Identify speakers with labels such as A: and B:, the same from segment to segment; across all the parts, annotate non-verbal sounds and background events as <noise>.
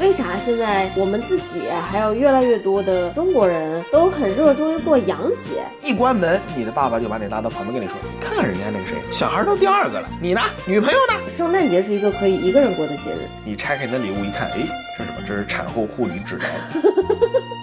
A: 为啥现在我们自己还有越来越多的中国人都很热衷于过洋节？
B: 一关门，你的爸爸就把你拉到旁边跟你说：“看看人家那个谁，小孩都第二个了，你呢？女朋友呢
A: 圣诞节是一个可以一个人过的节日，？”
B: 你拆开你的礼物一看，哎，这是什么？这是产后护理指南。 <laughs>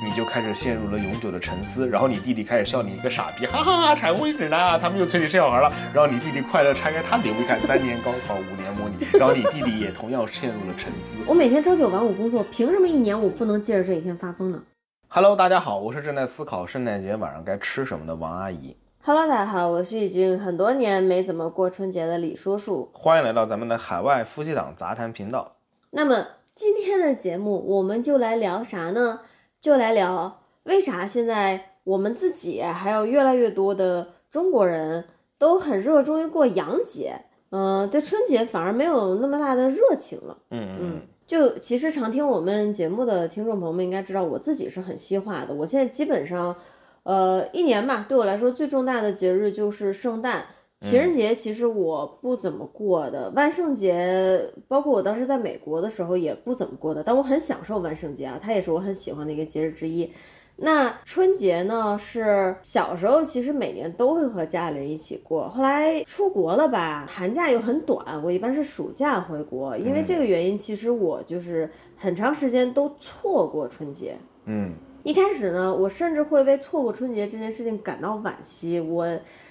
B: 你就开始陷入了永久的沉思，然后你弟弟开始笑你一个傻逼，哈哈哈！产后护理指南啊，他们又催你生小孩了。然后你弟弟快乐拆开他礼物一看，三年高考，五年模拟。然后你弟弟也同样陷入了沉思。
A: 我每天朝九晚五工作，凭什么一年我不能借着这一天发疯呢
B: Hello，大家好，我是正在思考圣诞节晚上该吃什么的王阿姨，
A: ？Hello，大家好，我是已经很多年没怎么过春节的李叔叔。
B: 欢迎来到咱们的海外夫妻档杂谈频道。
A: 那么今天的节目我们就来聊啥呢？就来聊为啥现在我们自己还有越来越多的中国人都很热衷于过洋节，嗯、对春节反而没有那么大的热情了。
B: 嗯
A: 嗯，就其实常听我们节目的听众朋友们应该知道，我自己是很西化的。我现在基本上，呃，一年吧，对我来说最重大的节日就是圣诞。情人节其实我不怎么过的，万圣节包括我当时在美国的时候也不怎么过的，但我很享受万圣节啊，它也是我很喜欢的一个节日之一。那春节呢，是小时候其实每年都会和家里人一起过，后来出国了吧，寒假又很短，我一般是暑假回国，因为这个原因，其实我就是很长时间都错过春节。
B: 嗯
A: 一开始呢，我甚至会为错过春节这件事情感到惋惜。我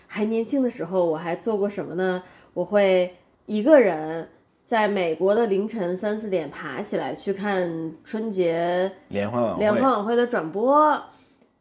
A: 还年轻的时候，我还做过什么呢？我会一个人在美国的凌晨三四点爬起来去看春节
B: 联欢晚会，
A: 联欢晚会的转播，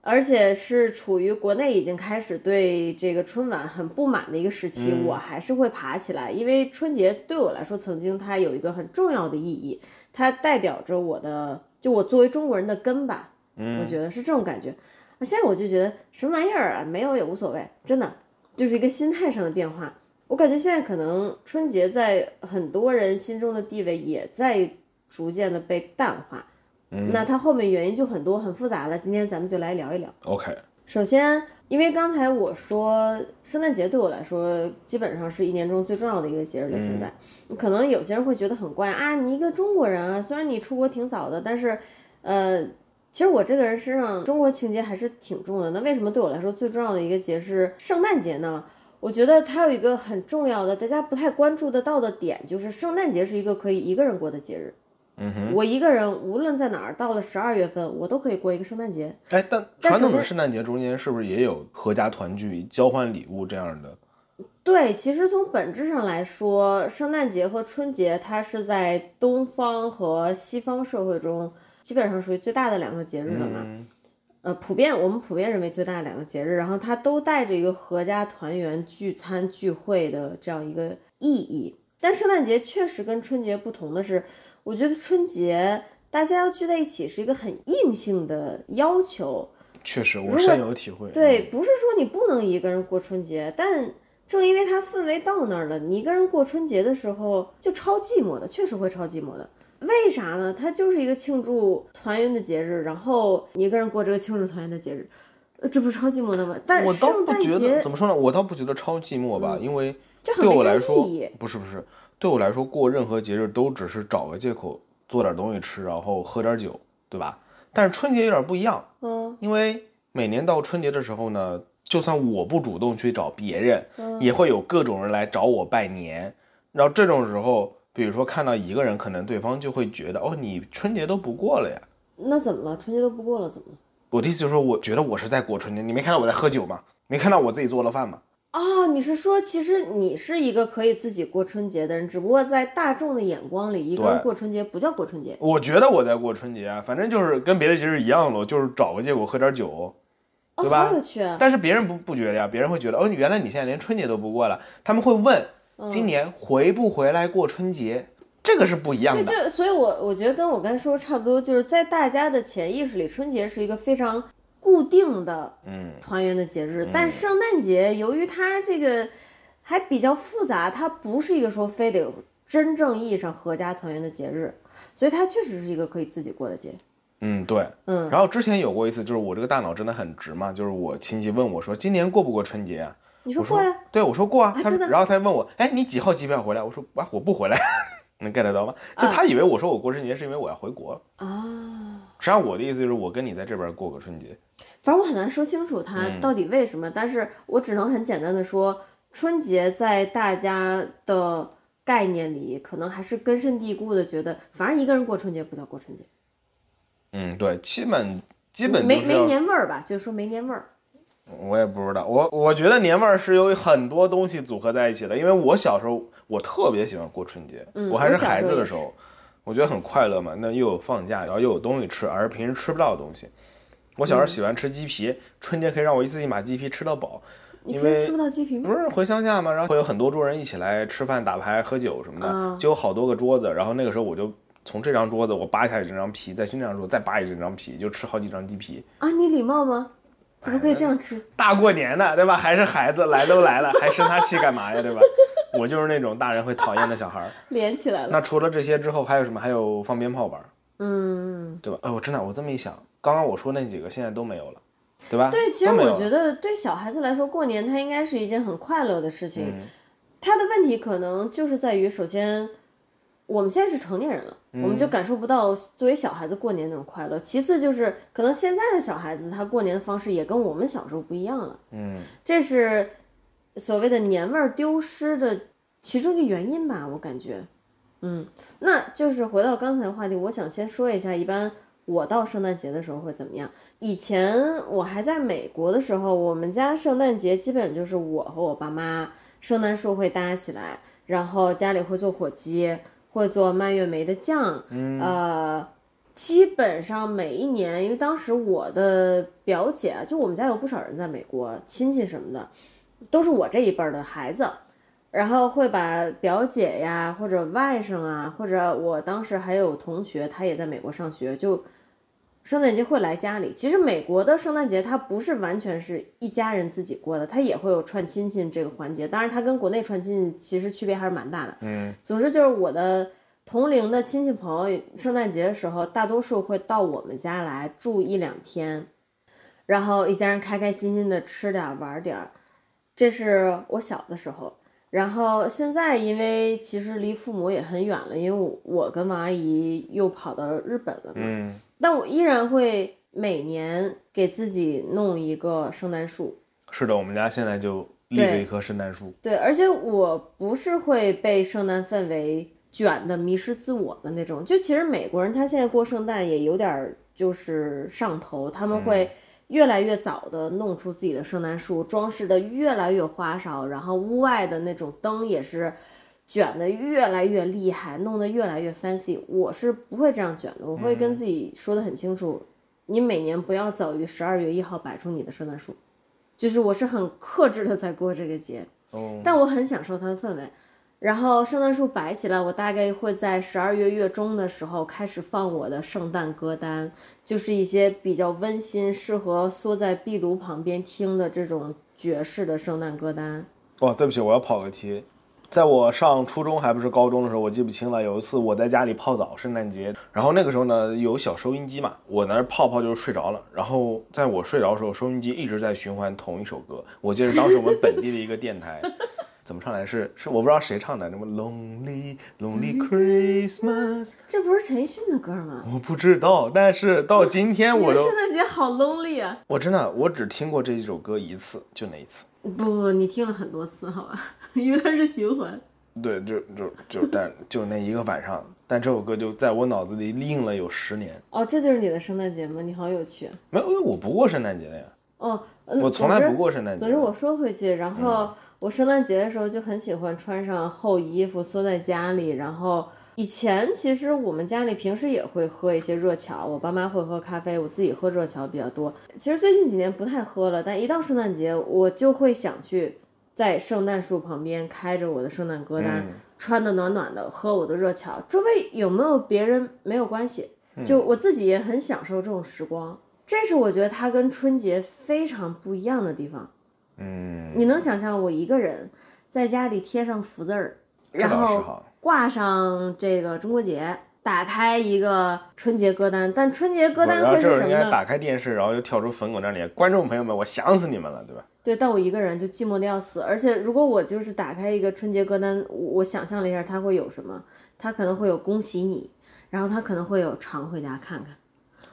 A: 而且是处于国内已经开始对这个春晚很不满的一个时期，
B: 嗯
A: 我还是会爬起来，因为春节对我来说，曾经它有一个很重要的意义，它代表着我的，就我作为中国人的根吧，我
B: 嗯，
A: 觉得是这种感觉。那现在我就觉得什么玩意儿啊，没有也无所谓，真的就是一个心态上的变化。我感觉现在可能春节在很多人心中的地位也在逐渐的被淡化。
B: 嗯
A: 那它后面原因就很多很复杂了，今天咱们就来聊一聊。
B: OK，
A: 首先，因为刚才我说圣诞节对我来说基本上是一年中最重要的一个节日了。现在，可能有些人会觉得很怪啊，你一个中国人啊，虽然你出国挺早的，但是，呃，其实我这个人身上中国情节还是挺重的。那为什么对我来说最重要的一个节是圣诞节呢？我觉得它有一个很重要的，大家不太关注得到的点，就是圣诞节是一个可以一个人过的节日。
B: 嗯哼，
A: 我一个人无论在哪儿，到了十二月份，我都可以过一个圣诞节。
B: 哎，但
A: 但
B: 传
A: 首
B: 统的
A: 先
B: 圣诞节中间是不是也有合家团聚、交换礼物这样的？
A: 对，其实从本质上来说，圣诞节和春节它是在东方和西方社会中基本上属于最大的两个节日了嘛。
B: 嗯
A: 呃，普遍我们普遍认为最大的两个节日，然后它都带着一个合家团圆、聚餐、聚会的这样一个意义。但圣诞节确实跟春节不同的是，我觉得春节大家要聚在一起是一个很硬性的要求，
B: 确实，我
A: 果
B: 深有体会。嗯
A: 对，不是说你不能一个人过春节，但正因为它氛围到那儿了，你一个人过春节的时候就超寂寞的，确实会超寂寞的。为啥呢？它就是一个庆祝团圆的节日，然后你一个人过这个庆祝团圆的节日，呃这不是超寂寞的吗？但
B: 嗯，我倒
A: 圣
B: 不
A: 诞
B: 觉得
A: 节
B: 怎么说呢，我倒不觉得超寂寞吧，因为
A: 这很
B: 对
A: 没
B: 我
A: 啥
B: 来说
A: 意义。
B: 不是不是，对我来说过任何节日都只是找个借口做点东西吃，然后喝点酒，对吧？但是春节有点不一样，
A: 嗯，
B: 因为每年到春节的时候呢，就算我不主动去找别人，
A: 嗯
B: 也会有各种人来找我拜年。然后这种时候，比如说看到一个人，可能对方就会觉得，哦，你春节都不过了呀。
A: 那怎么了？春节都不过了，怎么了？
B: 我的意思就是说，我觉得我是在过春节，你没看到我在喝酒吗？没看到我自己做了饭吗？
A: 哦，你是说，其实你是一个可以自己过春节的人，只不过在大众的眼光里，一个人
B: 对
A: 过春节不叫过春节。
B: 我觉得我在过春节啊，反正就是跟别的节日一样喽，就是找个借口喝点酒。
A: 哦，
B: 对吧
A: 好有趣啊！
B: 但是别人不不觉得呀，别人会觉得，哦，你原来你现在连春节都不过了，他们会问今年回不回来过春节，这个是不一样的。
A: 就所以我，我觉得跟我刚才说的差不多，就是在大家的潜意识里，春节是一个非常固定的
B: 嗯
A: 团圆的节日，但圣诞节由于它这个还比较复杂，它不是一个说非得有真正意义上合家团圆的节日，所以它确实是一个可以自己过的节。
B: 嗯，对。
A: 嗯，
B: 然后之前有过一次，就是我这个大脑真的很直嘛，就是我亲戚问我说今年过不过春节啊？
A: 你
B: 我
A: 说
B: 说
A: 过呀？
B: 对，我说过啊。
A: 啊
B: 他
A: 真的
B: 然后他问我，哎，你几号机票回来？我说啊，我不回来。 <laughs> 能 get 到吗？
A: 嗯
B: 就他以为我说我过春节是因为我要回国，
A: 啊，
B: 实际上我的意思就是我跟你在这边过个春节。
A: 反正我很难说清楚它
B: 嗯
A: 到底为什么，但是我只能很简单的说，春节在大家的概念里，可能还是根深蒂固的觉得，反正一个人过春节不叫过春节，
B: 嗯，对，基本基本就
A: 没
B: 是
A: 没
B: 要
A: 年味儿吧，就是说没年味儿。
B: 我也不知道，我我觉得年味儿是由很多东西组合在一起的。因为我小时候，我特别喜欢过春节，
A: 嗯
B: 我还是
A: 我小时候
B: 孩子的时
A: 也
B: 候，我觉得很快乐嘛。那又有放假，然后又有东西吃，而平时吃不到的东西。我
A: 嗯
B: 小时候喜欢吃鸡皮，春节可以让我一次性把鸡皮吃到饱。
A: 你
B: 因
A: 平
B: 为
A: 时吃不到鸡皮吗？
B: 不是回乡下嘛，然后会有很多桌人一起来吃饭、打牌、喝酒什么的，
A: 嗯
B: 就有好多个桌子。然后那个时候我就从这张桌子我扒下来这张皮，再去那张桌子再扒一整张皮，就吃好几张鸡皮。
A: 啊，你礼貌吗？怎么可以这样吃？
B: 大过年的，对吧？ <laughs> 还是孩子来都来了，还生他气干嘛呀，对吧？ <laughs> 我就是那种大人会讨厌的
A: <laughs>
B: 小孩儿。
A: 连起来了。
B: 那除了这些之后，还有什么？还有放鞭炮玩儿，
A: 嗯，
B: 对吧？哎，我真的，我这么一想，刚刚我说那几个现在都没有了，对吧？
A: 对，其实
B: 都没有
A: 我
B: 了
A: 觉得对小孩子来说，过年他应该是一件很快乐的事
B: 嗯
A: 情。他的问题可能就是在于，首先我们现在是成年人了，我
B: 嗯
A: 们就感受不到作为小孩子过年那种快乐。其次就是，可能现在的小孩子他过年的方式也跟我们小时候不一样了，
B: 嗯，
A: 这是所谓的年味儿丢失的其中一个原因吧，我感觉。嗯，那就是回到刚才的话题，我想先说一下，一般我到圣诞节的时候会怎么样。以前我还在美国的时候，我们家圣诞节基本就是我和我爸妈，圣诞树会搭起来，然后家里会做火鸡，会做蔓越莓的酱，呃，基本上每一年，因为当时我的表姐啊，就我们家有不少人在美国，亲戚什么的，都是我这一辈儿的孩子，然后会把表姐呀，或者外甥啊，或者我当时还有同学，他也在美国上学，就圣诞节会来家里。其实美国的圣诞节它不是完全是一家人自己过的，它也会有串亲戚这个环节。当然，它跟国内串亲戚其实区别还是蛮大的。嗯，总之就是我的同龄的亲戚朋友，圣诞节的时候大多数会到我们家来住一两天，然后一家人开开心心的吃点儿玩儿点儿。这是我小的时候。然后现在，因为其实离父母也很远了，因为我我跟王阿姨又跑到日本了嘛，
B: 嗯，
A: 但我依然会每年给自己弄一个圣诞树。
B: 是的，我们家现在就立着
A: 对
B: 一棵圣诞树。
A: 对，而且我不是会被圣诞氛围卷的迷失自我的那种。就其实美国人他现在过圣诞也有点儿就是上头，他们会越来越早的弄出自己的圣诞树，装饰的越来越花哨，然后屋外的那种灯也是卷的越来越厉害，弄得越来越 fancy。我是不会这样卷的，我会跟自己说的很清楚，你每年不要早于十二月一号摆出你的圣诞树。就是我是很克制的在过这个节，
B: 嗯，
A: 但我很享受它的氛围。然后圣诞树摆起来，我大概会在十二月月中的时候开始放我的圣诞歌单，就是一些比较温馨、适合缩在壁炉旁边听的这种爵士的圣诞歌单。
B: 哦，对不起，我要跑个题。在我上初中还不是高中的时候，我记不清了。有一次我在家里泡澡，圣诞节，然后那个时候呢有小收音机嘛，我在那儿泡泡就是睡着了。然后在我睡着的时候，收音机一直在循环同一首歌。我记得当时我们本地的一个电台， <laughs> 怎么唱来是是我不知道谁唱的，什么 Lonely Lonely Christmas，
A: 这不是陈奕迅的歌吗？
B: 我不知道，但是到今天
A: 你
B: 我
A: 的
B: 都
A: 圣诞节好 lonely 啊！
B: 我真的我只听过这一首歌一次，就那一次。
A: 不不不，你听了很多次，好吧？ <laughs> 因为它是循环。
B: 对，就就就但就那一个晚上，但这首歌就在我脑子里印了有十年。
A: 哦，这就是你的圣诞节吗？你好有趣。啊
B: 没有，因为我不过圣诞节的呀，
A: 哦，嗯
B: 我从来
A: 总之
B: 不过圣诞节嗯
A: 总之我说回去，然后我圣诞节的时候就很喜欢穿上厚衣服缩在家里，然后以前其实我们家里平时也会喝一些热巧，我爸妈会喝咖啡，我自己喝热巧比较多。其实最近几年不太喝了，但一到圣诞节我就会想去。在圣诞树旁边开着我的圣诞歌单，
B: 嗯
A: 穿的暖暖的，喝我的热巧，周围有没有别人没有关系，
B: 嗯
A: 就我自己也很享受这种时光。这是我觉得它跟春节非常不一样的地方。
B: 嗯，
A: 你能想象我一个人在家里贴上福字儿，
B: 这
A: 然
B: 倒是
A: 后
B: 哈。
A: 挂上这个中国结，打开一个春节歌单，但春节歌单
B: 然后
A: 会
B: 这
A: 是
B: 会儿
A: 什
B: 应
A: 么
B: 该
A: 呢？
B: 打开电视，然后就跳出冯巩那里，观众朋友们，我想死你们了，对吧？
A: 对，但我一个人就寂寞的要死。而且如果我就是打开一个春节歌单，我我想象了一下，它会有什么？它可能会有恭喜你，然后它可能会有常回家看看。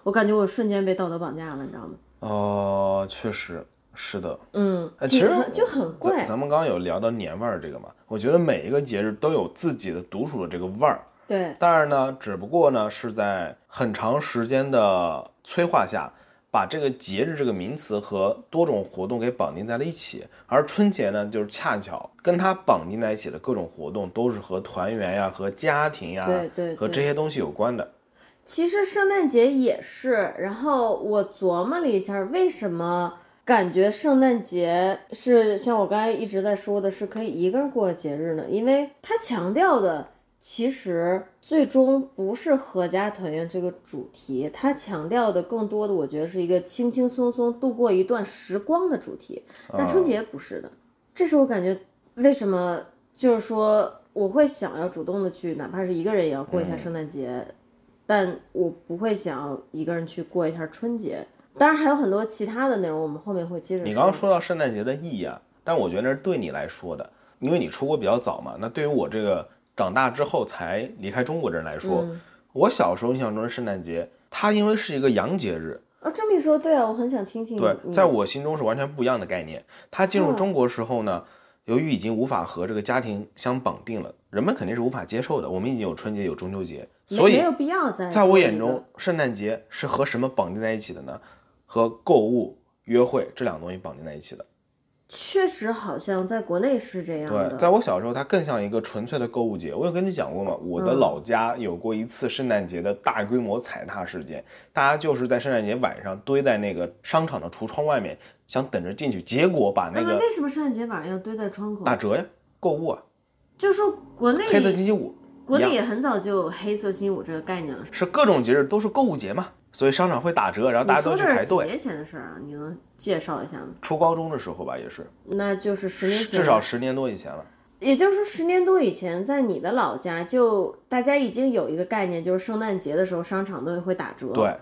A: 我感觉我瞬间被道德绑架了，你知道吗？
B: 哦，确实是的。
A: 嗯，
B: 哎，
A: 就
B: 其实
A: 很就很怪
B: 咱。咱们刚刚有聊到年味儿这个嘛，我觉得每一个节日都有自己的独属的这个味儿，
A: 对，
B: 但是呢，只不过呢是在很长时间的催化下，把这个节日这个名词和多种活动给绑定在了一起。而春节呢，就是恰巧跟它绑定在一起的各种活动都是和团圆呀、和家庭呀、
A: 对对
B: 啊和这
A: 对
B: 些东西有关的。
A: 其实圣诞节也是。然后我琢磨了一下，为什么感觉圣诞节是像我刚才一直在说的，是可以一个人过的节日呢？因为它强调的其实最终不是合家团圆这个主题，它强调的更多的，我觉得是一个轻轻松松度过一段时光的主题。但春节不是的，这是我感觉为什么就是说我会想要主动的去，哪怕是一个人也要
B: 嗯
A: 过一下圣诞节，但我不会想要一个人去过一下春节。当然还有很多其他的内容，我们后面会接着。
B: 你刚刚，说到圣诞节的意义啊，但我觉得那是对你来说的，因为你出国比较早嘛。那对于我这个长大之后才离开中国的人来说，
A: 嗯
B: 我小时候印象中的圣诞节，它因为是一个洋节日，
A: 哦，这么一说，对啊，我很想听听你。
B: 对，
A: 你
B: 在我心中是完全不一样的概念。它进
A: 嗯
B: 入中国时候呢，由于已经无法和这个家庭相绑定了，人们肯定是无法接受的。我们已经有春节，有中秋节，
A: 没
B: 所以
A: 没有必要在
B: 在我眼
A: 做一
B: 中，圣诞节是和什么绑定在一起的呢？和购物、约会这两个东西绑定在一起的。
A: 个确实好像在国内是这样
B: 对，
A: 的。
B: 在我小时候，它更像一个纯粹的购物节。我有跟你讲过嘛，我
A: 嗯
B: 的老家有过一次圣诞节的大规模踩踏事件，大家就是在圣诞节晚上堆在那个商场的橱窗外面，想等着进去，结果把那
A: 那么
B: 个
A: 为什么圣诞节晚上要堆在窗口？
B: 打折呀、购物啊、
A: 就是说国内
B: 黑色星期五
A: 国
B: 一
A: 内
B: 样
A: 也很早就有黑色星期五这个概念了。
B: 是各种节日都是购物节嘛，所以商场会打折，然后大
A: 你
B: 家
A: 说
B: 都去
A: 这
B: 排
A: 是几
B: 队。
A: 年前的事儿啊？你能介绍一下吗？
B: 初高中的时候吧，也是
A: 那就是十年前，哦
B: 至少，十年多以前了。
A: 也就是说十年多以前，在你的老家就大家已经有一个概念，就是圣诞节的时候商场都会打折。
B: 对，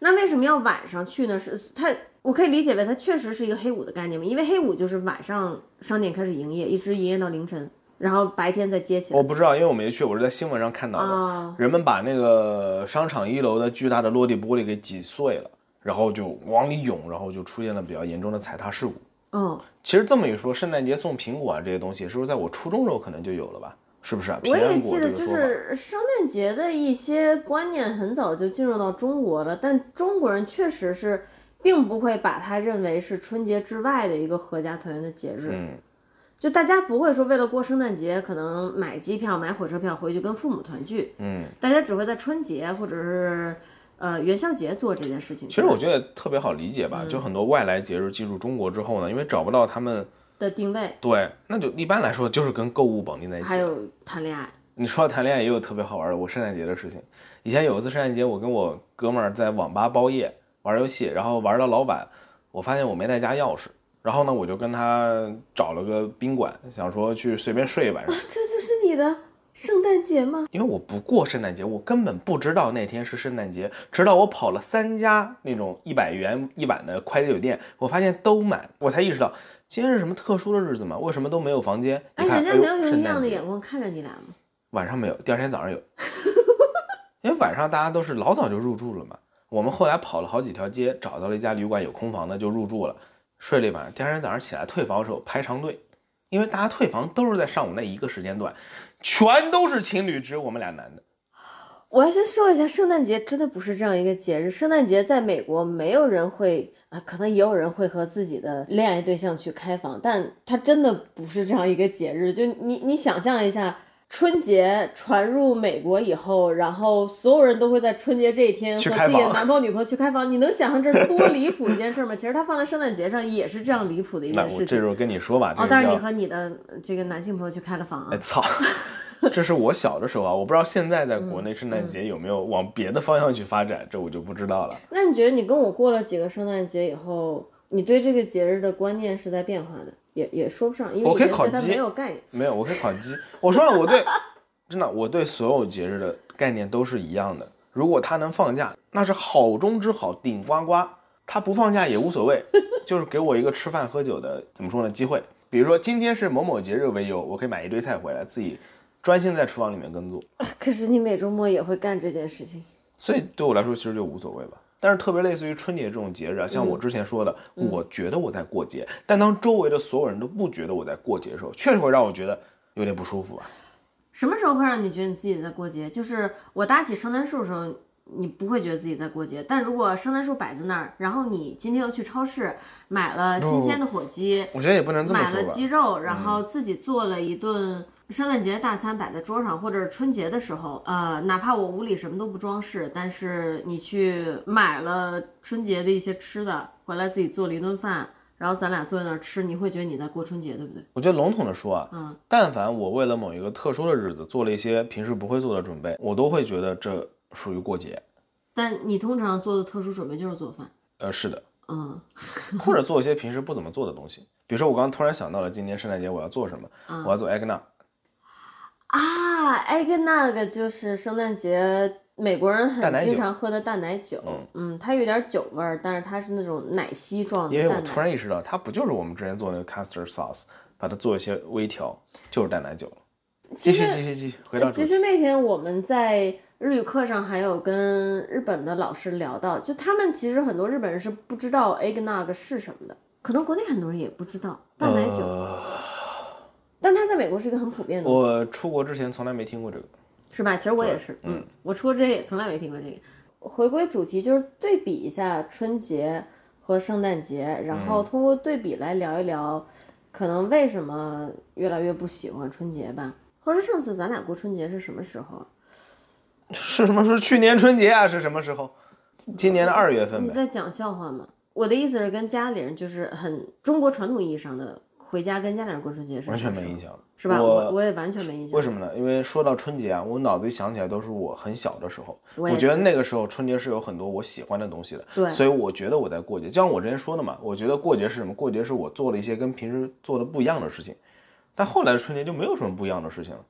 A: 那为什么要晚上去呢？是它，我可以理解为它确实是一个黑五的概念嘛，因为黑五就是晚上商店开始营业，一直营业到凌晨，然后白天再接起来。
B: 我不知道，因为我没去，我是在新闻上看到的。
A: 啊，
B: 人们把那个商场一楼的巨大的落地玻璃给挤碎了，然后就往里涌，然后就出现了比较严重的踩踏事故。
A: 嗯，
B: 其实这么一说，圣诞节送苹果啊这些东西，是不是在我初中时候可能就有了吧？是不是啊？平
A: 我也
B: 安果
A: 记
B: 这
A: 得，
B: 个
A: 就
B: 说法，
A: 是圣诞节的一些观念很早就进入到中国了，但中国人确实是并不会把它认为是春节之外的一个合家团圆的节日。
B: 嗯，
A: 就大家不会说为了过圣诞节，可能买机票、买火车票回去跟父母团聚。
B: 嗯，
A: 大家只会在春节或者是呃元宵节做这件事情。
B: 其实我觉得特别好理解吧，
A: 嗯
B: 就很多外来节日进入中国之后呢，因为找不到他们，
A: 的定位，
B: 对，那就一般来说就是跟购物绑定在一起
A: 还
B: 的。
A: 有谈恋爱， <laughs>
B: 你说到谈恋爱也有特别好玩的，我圣诞节的事情。以前有一次圣诞节，我跟我哥们儿在网吧包夜玩游戏，然后玩到老晚，我发现我没带家钥匙，然后呢，我就跟他找了个宾馆，想说去随便睡一晚上，
A: 这就是你的圣诞节吗？
B: 因为我不过圣诞节，我根本不知道那天是圣诞节，直到我跑了三家那种一百元一晚的快捷酒店，我发现都满，我才意识到今天是什么特殊的日子吗？为什么都没有房间？
A: 哎，
B: 一看
A: 人家没有
B: 哎呦
A: 用
B: 圣
A: 异样
B: 诞
A: 的
B: 节
A: 眼光看着你俩吗？
B: 晚上没有，第二天早
A: <laughs>
B: 上有，因为晚上大家都是老早就入住了嘛。我们后来跑了好几条街，找到了一家旅馆有空房的就入住了，睡了一晚上。第二天早上起来退房的时候排长队，因为大家退房都是在上午那一个时间段，全都是情侣，只有我们俩男的。
A: 我要先说一下，圣诞节真的不是这样一个节日。圣诞节在美国，没有人会啊，可能也有人会和自己的恋爱对象去开房，但它真的不是这样一个节日。就你你想象一下，春节传入美国以后，然后所有人都会在春节这一天和
B: 去开
A: 自己的
B: 房
A: 男朋友、女朋友去开房，你能想象这是多离谱一件事吗？其实它放在圣诞节上也是这样离谱的一
B: 那
A: 件
B: 我
A: 事
B: 这
A: 情。
B: 时候跟你说吧，这
A: 哦，
B: 个
A: 但是
B: 叫
A: 你和你的呃这个男性朋友去开了房啊
B: 哎？操，这是我小的时候啊，我不知道现在
A: 嗯
B: 在国内圣诞节有没有往别的方向去发展，这我就不知道了。
A: 那你觉得你跟我过了几个圣诞节以后，你对这个节日的观念是在变化的？也也说不上，因为
B: 我
A: 以
B: 可以
A: 前
B: 烤
A: 对它
B: 鸡
A: 没有概念。 <laughs>
B: 没有，我可以烤鸡。我说了，我对，真的，我对所有节日的概念都是一样的。如果他能放假，那是好中之好，顶呱呱。他不放假也无所谓，就是给我一个吃饭喝酒的怎么说呢机会。比如说今天是某某节日为由，我可以买一堆菜回来，自己专心在厨房里面耕作。
A: 可是你每周末也会干这件事情，
B: 所以对我来说其实就无所谓吧。但是特别类似于春节这种节日啊，
A: 嗯
B: 像我之前说的，我觉得我在过节，但当周围的所有人都不觉得我在过节的时候，确实会让我觉得有点不舒服吧。
A: 什么时候会让你觉得你自己在过节？就是我搭起圣诞树的时候，你不会觉得自己在过节；但如果圣诞树摆在那儿，然后你今天又去超市买了新鲜的火鸡，
B: 我觉得也不能这么
A: 买
B: 说
A: 了
B: 吧。嗯
A: 鸡肉，然后自己做了一顿圣诞节大餐摆在桌上，或者是春节的时候，呃，哪怕我屋里什么都不装饰，但是你去买了春节的一些吃的，回来自己做了一顿饭，然后咱俩坐在那儿吃，你会觉得你在过春节，对不对？
B: 我觉得笼统的说啊，
A: 嗯
B: 但凡我为了某一个特殊的日子做了一些平时不会做的准备，我都会觉得这属于过节。
A: 但你通常做的特殊准备就是做饭，
B: 呃，
A: <laughs>
B: 是的，
A: 嗯
B: 或者做一些平时不怎么做的东西。比如说，我刚刚突然想到了今年圣诞节我要做什么，
A: 嗯
B: 我要做 eggnog。
A: 啊，eggnog 就是圣诞节。美国人
B: 淡
A: 很
B: 奶酒
A: 经常喝的淡奶酒，
B: 嗯
A: 它有点酒味儿，但是它是那种奶昔状的
B: 因
A: 淡
B: 为
A: 奶。
B: 我突然意识到，它不就是我们之前做的那个 custard sauce，把它做一些微调，就是淡奶酒了。继续继续继续，回到主
A: 呃其
B: 题。
A: 实那天我们在日语课上还有跟日本的老师聊到，就他们其实很多日本人是不知道 eggnog 是什么的，可能国内很多人也不知道淡奶酒，
B: 呃，
A: 但它在美国是一个很普遍的东西，
B: 我出国之前从来没听过这个。
A: 是吧？其实我也是，
B: 嗯
A: 嗯，我出国之前也从来没听过这个。回归主题就是对比一下春节和圣诞节，然
B: 嗯
A: 后通过对比来聊一聊，可能为什么越来越不喜欢春节吧。或者上次咱俩过春节是什么时候啊？
B: 是什么？是去年春节啊？是什么时候？今年的二月份
A: 你
B: 呗。
A: 在讲笑话吗？我的意思是跟家里人，就是很中国传统意义上的回家跟家里人过春节是
B: 完全
A: 什么
B: 没
A: 时候
B: 印，象了，
A: 是吧？我
B: 我
A: 我也完全没印象。
B: 为什么呢？因为说到春节啊，我脑子里想起来都是我很小的时候。
A: 我
B: 我
A: 也
B: 觉得
A: 是
B: 那个时候春节是有很多我喜欢的东西的，
A: 对
B: 所以我觉得我在过节。就像我之前说的嘛，我觉得过节是什么？过节是我做了一些跟平时做的不一样的事情。但后来的春节就没有什么不一样的事情了。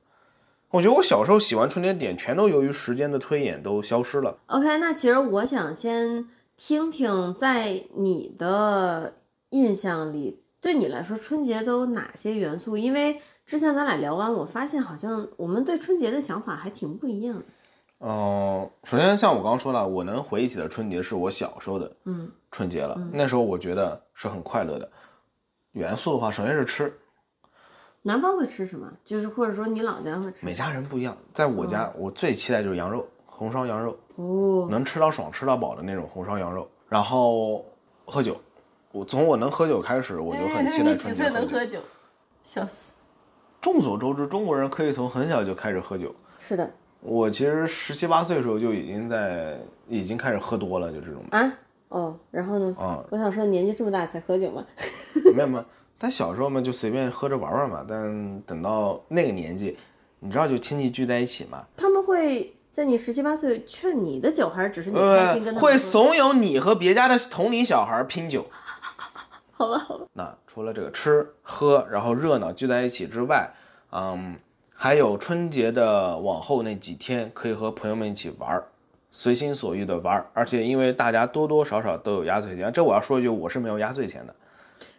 B: 我觉得我小时候喜欢春节点，全都由于时间的推演都消失了。
A: OK，那其实我想先听听，在你的印象里，对你来说春节都有哪些元素？因为之前咱俩聊完，我发现好像我们对春节的想法还挺不一样的。
B: 嗯、首先像我刚刚说了，我能回忆起的春节是我小时候的
A: 嗯
B: 春节了，那时候我觉得是很快乐的。元素的话，首先是吃，
A: 南方会吃什么？就是或者说你老家会吃
B: 每家人不一样。在我家，
A: 嗯
B: 我最期待就是羊肉，红烧羊肉，
A: 哦，
B: 能吃到爽、吃到饱的那种红烧羊肉。然后喝酒，我从我能喝酒开始，我就
A: <laughs>
B: 很期
A: 哎
B: 待春节喝
A: 酒？
B: 酒。
A: 笑死！
B: 众所周知，中国人可以从很小就开始喝酒。
A: 是的
B: 我其实十七八岁的时候就已经在已经开始喝多了，就这种
A: 啊，哦，然后呢？
B: 啊，
A: 我想说，年纪这么大才喝酒吗？
B: 没有没有。但小时候嘛，就随便喝着玩玩嘛。但等到那个年纪，你知道，就亲戚聚在一起嘛，
A: 他们会在你十七八岁劝你的酒，还是只是你开
B: 呃
A: 心跟，他们说？
B: 会怂恿你和别家的同龄小孩拼酒。
A: <laughs> 好吧，好吧。
B: 那除了这个吃喝，然后热闹聚在一起之外，嗯，还有春节的往后那几天，可以和朋友们一起玩儿，随心所欲的玩儿。而且因为大家多多少少都有压岁钱，这我要说一句，我是没有压岁钱的，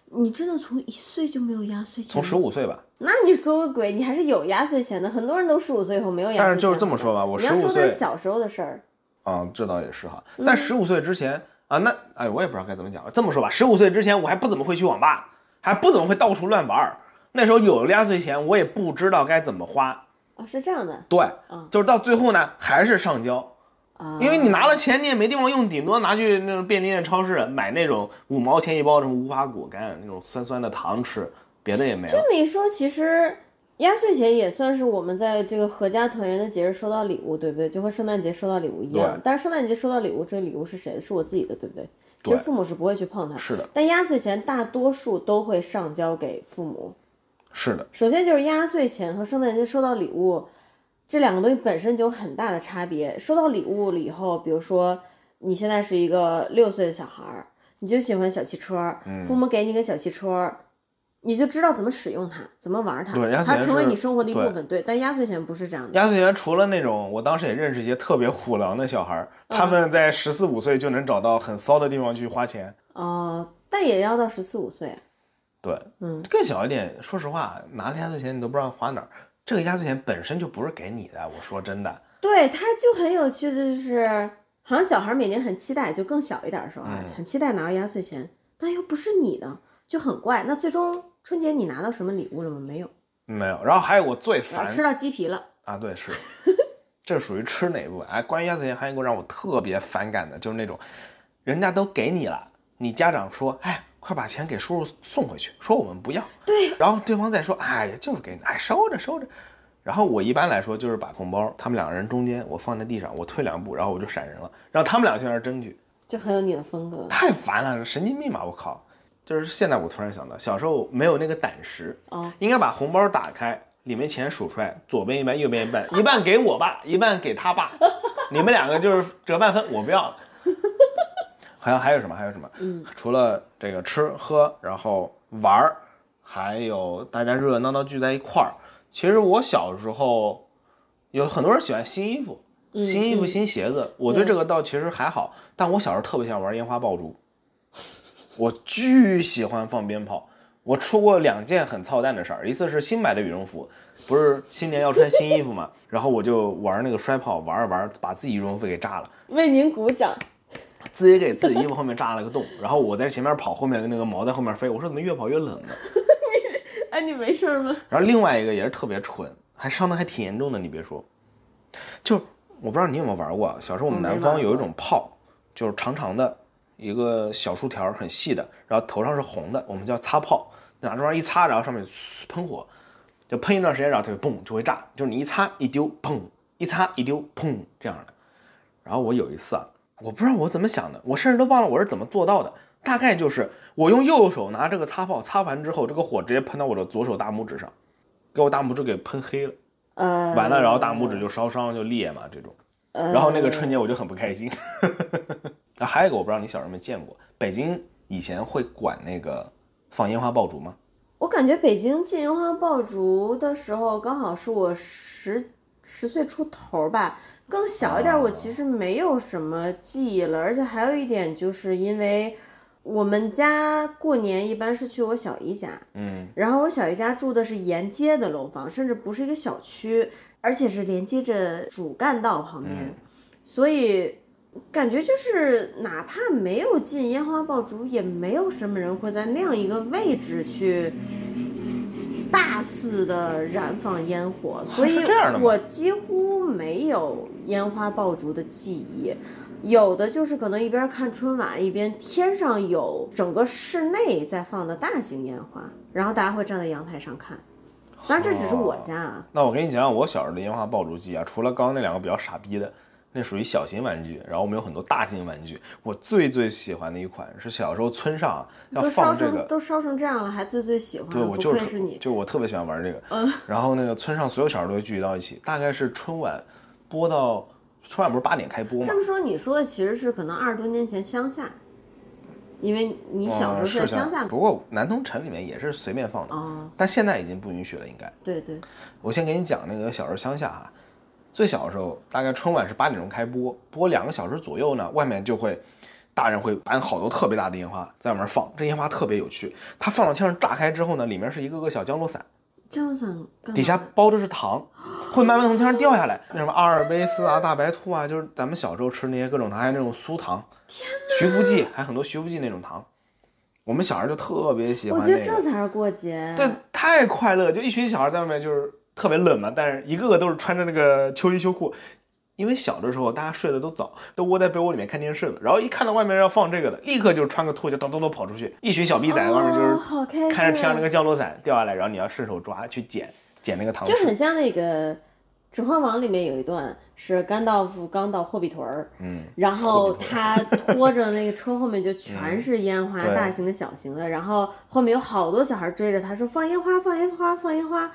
A: 你真的从一岁就没有压岁钱？
B: 从十？五岁吧。
A: 那你说个鬼！你还是有压岁钱的。很多人都十五岁以后没有压岁钱。
B: 但是就是这么说吧，我
A: 你
B: 十
A: 要
B: 五
A: 说
B: 岁
A: 的是小时候的事儿，
B: 啊、这倒也是哈。
A: 嗯
B: 但十五岁之前啊，那哎，我也不知道该怎么讲了。这么说吧，十五岁之前我还不怎么会去网吧，还不怎么会到处乱玩儿。那时候有了压岁钱，我也不知道该怎么花。
A: 哦，是这样的
B: 对
A: 嗯，
B: 就是到最后呢，还是上交。
A: 啊。
B: 因为你拿了钱，你也没地方用，顶多拿去那种便利店、超市买那种五毛钱一包什么无花果干那种酸酸的糖吃，别的也没了。
A: 这么一说，其实压岁钱也算是我们在这个合家团圆的节日收到礼物，对不对？就和圣诞节收到礼物一样
B: 对。
A: 但是圣诞节收到礼物，这个礼物是谁的？是我自己的，对不对？其
B: 对
A: 实父母是不会去碰它。
B: 是的，
A: 但压岁钱大多数都会上交给父母。
B: 是的，
A: 首先就是压岁钱和圣诞节收到礼物这两个东西本身就有很大的差别。收到礼物了以后，比如说你现在是
B: 嗯
A: 一个六岁的小孩儿，你就喜欢小汽车，父母给你个小汽车，你就知道怎么使用它，怎么玩它，
B: 对压岁
A: 它
B: 钱
A: 成为
B: 是
A: 你生活的一部
B: 对
A: 分。对，但压岁钱不是这样的。
B: 压岁钱除了那种，我当时也认识一些特别虎狼的小孩儿，
A: 嗯
B: 他们在十四五岁就能找到很骚的地方去花钱。
A: 哦，但也要到十四五岁。啊
B: 对，
A: 嗯，
B: 更小一点，说实话，拿了压岁钱你都不知道花哪儿。这个压岁钱本身就不是给你的，我说真的，
A: 对，它就很有趣的就是，好像小孩每年很期待，就更小一点的时候啊，
B: 嗯
A: 很期待拿到压岁钱，但又不是你的，就很怪。那最终春节你拿到什么礼物了吗？没有，
B: 没有。然后还有我最
A: 然
B: 烦
A: 后吃到鸡皮了。
B: 啊，对，是，这属于吃哪一部分？哎，关于压岁钱还有一个让我特别反感的，就是那种人家都给你了，你家长说，哎，快把钱给叔叔送回去，说我们不要，
A: 对，
B: 然后对方再说，哎呀，就是给你，哎，收着收着。然后我一般来说就是把红包，他们两个人中间，我放在地上，我退两步，然后我就闪人了，让他们俩去那儿争取，
A: 就很有你的风格。
B: 太烦了，神经病吧，我靠！就是现在我突然想到，小时候没有那个胆识，
A: 哦，
B: 应该把红包打开，里面钱数出来，左边一半，右边一半， <laughs> 一半给我爸，一半给
A: <laughs>
B: 他爸，你们两个就是折半分，我不要了。好像还有什么？还有什么？
A: 嗯，
B: 除了这个吃喝，然后玩儿，还有大家热热闹闹聚在一块儿。其实我小时候有很多人喜欢新衣服，
A: 嗯
B: 新衣服、
A: 嗯
B: 新鞋子，我对
A: 对
B: 这个倒其实还好，但我小时候特别喜欢玩烟花
A: <laughs>
B: 爆竹，我巨喜欢放鞭炮。我出过两件很操蛋的事儿，一次是新买的羽绒服，不是新年要穿新衣服嘛，然后我就玩那个摔炮，玩着玩着把自己羽绒服给炸了，
A: 为您鼓掌。
B: 自己给自己衣服后面炸了个洞，然后我在前面跑，后面那个毛在后面飞，我说怎么越跑越冷呢？
A: 哎，你没事儿吗？
B: 然后另外一个也是特别蠢，还伤的还挺严重的，你别说，就我不知道你有没有玩过啊，小时候我
A: 嗯我
B: 们
A: 没
B: 南方
A: 玩
B: 有一
A: 过
B: 种炮，就是长长的一个小竖条儿，很细的，然后头上是红的，我们叫擦炮，拿这玩意儿一擦，然后上面呲喷火，就喷一段时间，然后它就嘣就会炸，就是你一擦一丢，砰，一擦一丢，砰这样的。然后我有一次啊，我不知道我怎么想的，我甚至都忘了我是怎么做到的。大概就是我用右手拿这个擦炮，擦完之后，这个火直接喷到我的左手大拇指上，给我大拇指给喷黑了。
A: 呃，
B: 完了，然后大拇指就烧伤就裂嘛这种。
A: 呃，
B: 然后那个春节我就很不开心。 <laughs> 啊，还有一个我不知道你小时候有没有见过，北京以前会管那个放烟花爆竹吗？
A: 我感觉北京进烟花爆竹的时候，刚好是我十十岁出头吧，更小一点，我其实没有什么记忆了。而且还有一点，就是因为我们家过年一般是去我小姨家，
B: 嗯，
A: 然后我小姨家住的是沿街的楼房，甚至不是一个小区，而且是连接着主干道旁边，
B: 嗯
A: 所以感觉就是哪怕没有进烟花爆竹，也没有什么人会在那样一个位置去大肆的燃放烟火，所以
B: 哦是这样的吗
A: 我几乎没有烟花爆竹的记忆。有的就是可能一边看春晚，一边天上有整个室内在放的大型烟花，然后大家会站在阳台上看。当然，这只是我家啊。
B: 那我跟你讲讲我小时候的烟花爆竹机啊，除了刚刚那两个比较傻逼的，那属于小型玩具，然后我们有很多大型玩具。我最最喜欢的一款是小时候村上啊要
A: 都烧
B: 放这
A: 成、
B: 个，
A: 都烧成这样了，还最最喜欢
B: 对
A: 了，
B: 我
A: 嗯不
B: 就
A: 愧
B: 是
A: 是
B: 特
A: 你。嗯
B: 就我特别喜欢玩这个。然后那个村上所有小孩都会聚集到一起，大概是春晚播到春晚不是八点开播嘛
A: 这？么说，你说的其实是可能二十多年前乡下，因为你小时
B: 嗯
A: 候
B: 是
A: 在
B: 这
A: 乡
B: 样
A: 下。
B: 不过南通城里面也是随便放的，
A: 哦，
B: 但现在已经不允许了。应该，
A: 对对，
B: 我先给你讲那个小时候乡下啊，最小的时候，大概春晚是八点钟开播，播两个小时左右呢，外面就会。大人会搬好多特别大的烟花在外面放，这烟花特别有趣。它放到天上炸开之后呢，里面是一个个小降落伞，
A: 这样想干嘛
B: 底下包的是糖，会慢慢从天上掉下来。那什么阿尔卑斯啊、大白兔啊，就是咱们小时候吃那些各种糖，还有那种酥糖，徐福记，还有很多徐福记那种糖。我们小时候就特别喜
A: 我
B: 欢
A: 觉
B: 那
A: 得这
B: 个，
A: 才是过节。
B: 对，太快乐。就一群小孩在外面，就是特别冷嘛，但是一个个都是穿着那个秋衣秋裤。因为小的时候大家睡得都早，都窝在被窝里面看电视了，然后一看到外面要放这个了，立刻就穿个拖鞋咚咚咚跑出去，一群小逼崽子在外面就是
A: 哦好开心
B: 看着天上那个降落伞掉下来，然后你要顺手抓去捡捡那个糖吃
A: 就。很像那个《指环王》里面有一段是甘道夫刚到霍比屯儿，
B: 嗯，
A: 然后
B: 霍比嗯
A: 他 <laughs> 拖着那个车后面就全是烟花，
B: 对
A: 大型的、小型的，然后后面有好多小孩追着他说放烟花，放烟花，放烟花。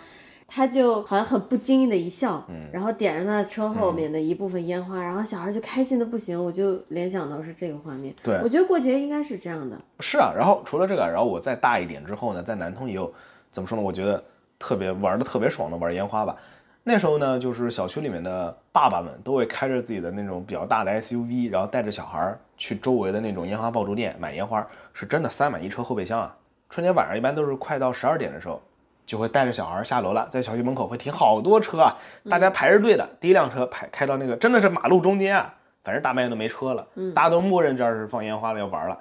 A: 他就好像很不经意的一笑，
B: 嗯
A: 然后点燃了车后面的一部分烟花，然后小孩就开心的不行，我就联想到是这个画面。
B: 对
A: 我觉得过节应该是这样的。
B: 是啊，然后除了这个，然后我再大一点之后呢，在南通也有怎么说呢？我觉得特别玩的特别爽的玩烟花吧。那时候呢，就是小区里面的爸爸们都会开着自己的那种比较大的 SUV，然后带着小孩儿去周围的那种烟花爆竹店买烟花，是真的塞满一车后备箱啊。春节晚上一般都是快到十二点的时候，就会带着小孩儿下楼了，在小区门口会停好多车啊，大家排着队的，第一辆车排开到那个真的是马路中间啊，反正大半夜都没车了，大家都默认这儿是放烟花了要玩了。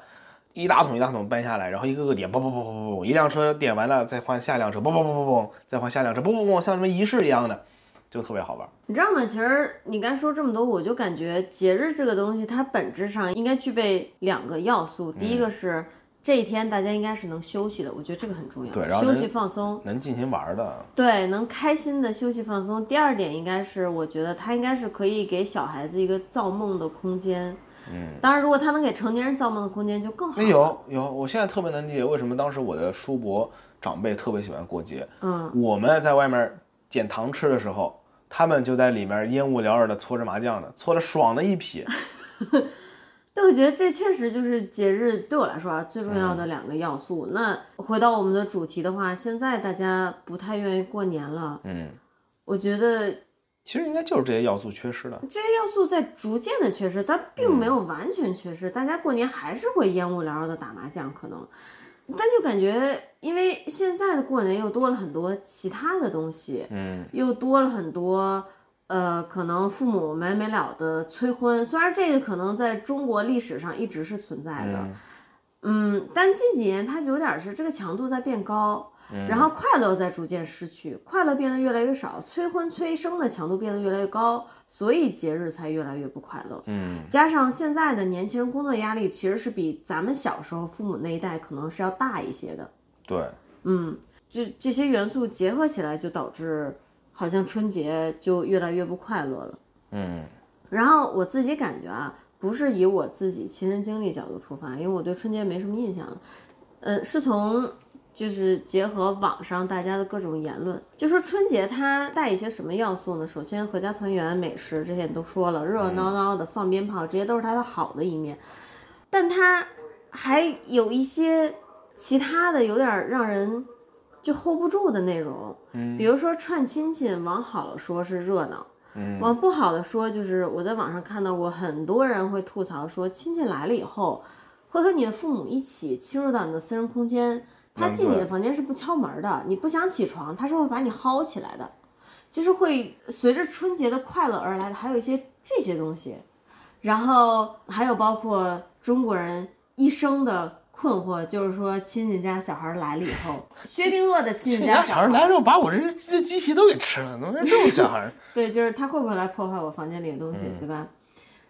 B: 一大桶一大桶搬下来，然后一个个点，嘣嘣嘣嘣嘣嘣，一辆车点完了再换下一辆车，嘣嘣嘣嘣嘣，再换下一辆车，嘣嘣嘣，像什么仪式一样的，就特别好玩。
A: 你知道吗？其实你刚才说这么多，我就感觉节日这个东西，它本质上应该具备两个要素。第
B: 嗯
A: 一个是、这一天大家应该是能休息的，我觉得这个很重要。
B: 对然后
A: 休
B: 能
A: 息放松，
B: 能进行玩的，
A: 对，能开心的休息放松。第二点应该是，我觉得它应该是可以给小孩子一个造梦的空间。嗯，当然，如果他能给成年人造梦的空间就更好。
B: 那，有有，我现在特别能理解为什么当时我的叔伯长辈特别喜欢过节。
A: 嗯，
B: 我们在外面捡糖吃的时候，他们就在里面烟雾缭绕的搓着麻将呢，搓的爽的一匹。
A: 对，我觉得这确实就是节日对我来说啊最重要的
B: 嗯
A: 两个要素。那回到我们的主题的话，现在大家不太愿意过年了，
B: 嗯，
A: 我觉得
B: 其实应该就是这些要素缺失了。
A: 这些要素在逐渐的缺失，但并没有完全缺失。大家过年还是会烟雾缭绕的打麻将，可能，但就感觉，因为现在的过年又多了很多其他的东西，
B: 嗯，
A: 又多了很多，呃，可能父母没没了的催婚。虽然这个可能在中国历史上一直是存在的，嗯但近几年它就有点是这个强度在变高。然后快乐在逐渐失去，快乐变得越来越少，催婚催生的强度变得越来越高，所以节日才越来越不快乐。
B: 嗯，
A: 加上现在的年轻人工作压力其实是比咱们小时候父母那一代可能是要大一些的。
B: 对，
A: 嗯，这这些元素结合起来，就导致好像春节就越来越不快乐了。
B: 嗯
A: 然后我自己感觉啊，不是以我自己亲身经历角度出发，因为我对春节没什么印象了。呃，是从就是结合网上大家的各种言论，就说春节它带一些什么要素呢？首先，合家团圆、美食这些你都说了，热热闹闹的放鞭炮，这些都是它的好的一面，但它还有一些其他的有点儿让人就 hold 不住的内容，比如说串亲戚，往好了说是热闹。往不好的说，就是我在网上看到过很多人会吐槽说，亲戚来了以后，会和你的父母一起侵入到你的私人空间，他
B: 嗯
A: 进你
B: 对
A: 的房间是不敲门的，你不想起床，他是会把你薅起来的，就是会随着春节的快乐而来的，还有一些这些东西，然后还有包括中国人一生的。困惑就是说，亲戚家小孩来了以后，薛定谔的亲戚家
B: 家
A: 小
B: 小
A: 孩
B: <laughs> 孩来之后把我这鸡鸡皮都给吃了，怎么这种小孩儿？
A: 对，就是他会不会来破坏我房间里的东西，
B: 嗯
A: 对吧？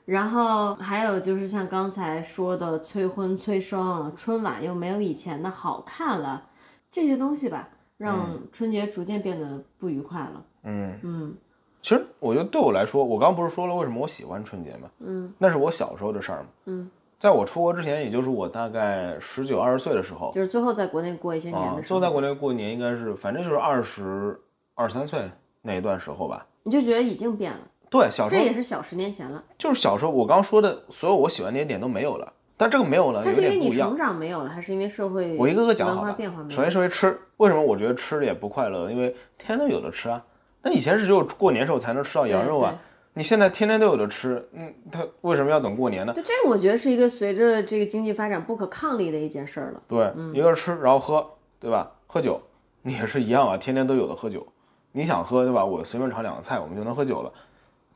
A: 然后还有就是像刚才说的催婚催生，啊春晚又没有以前的好看了，这些东西吧，让春节逐渐变得不愉快了。
B: 嗯，
A: 嗯
B: 其实我觉得对我来说，我刚不是说了为什么我喜欢春节吗？
A: 嗯
B: 那是我小时候的事儿嘛。
A: 嗯，
B: 在我出国之前，也就是我大概十九二十岁的时候
A: 就是最后在国内过一些年
B: 啊，
A: 的时
B: 最
A: 候，
B: 后在国内过年应该是，反正就是二十二三岁那一段时候吧。
A: 你就觉得已经变了，
B: 对，小时
A: 这
B: 候
A: 也是小十年前了。
B: 就是小时候，我刚说的所有我喜欢那些点都没有了，但这个没有了
A: 它
B: 呃有
A: 是因为
B: 点
A: 你
B: 不一样
A: 成。长没有了，还是因为社会
B: 我一个个讲好
A: 文化
B: 了
A: 变化。没
B: 首
A: 有？
B: 先说一吃，为什么我觉得吃的也不快乐？因为天天都有的吃啊。那以前是只有过年时候才能吃到羊肉啊
A: 对对，
B: 你现在天天都有的吃，嗯，他为什么要等过年呢？
A: 就这个，我觉得是一个随着这个经济发展不可抗力的一件事儿了。
B: 对，一个是吃，然后喝，对吧？喝酒，你也是一样啊，天天都有的喝酒。你想喝，对吧？我随便炒两个菜，我们就能喝酒了。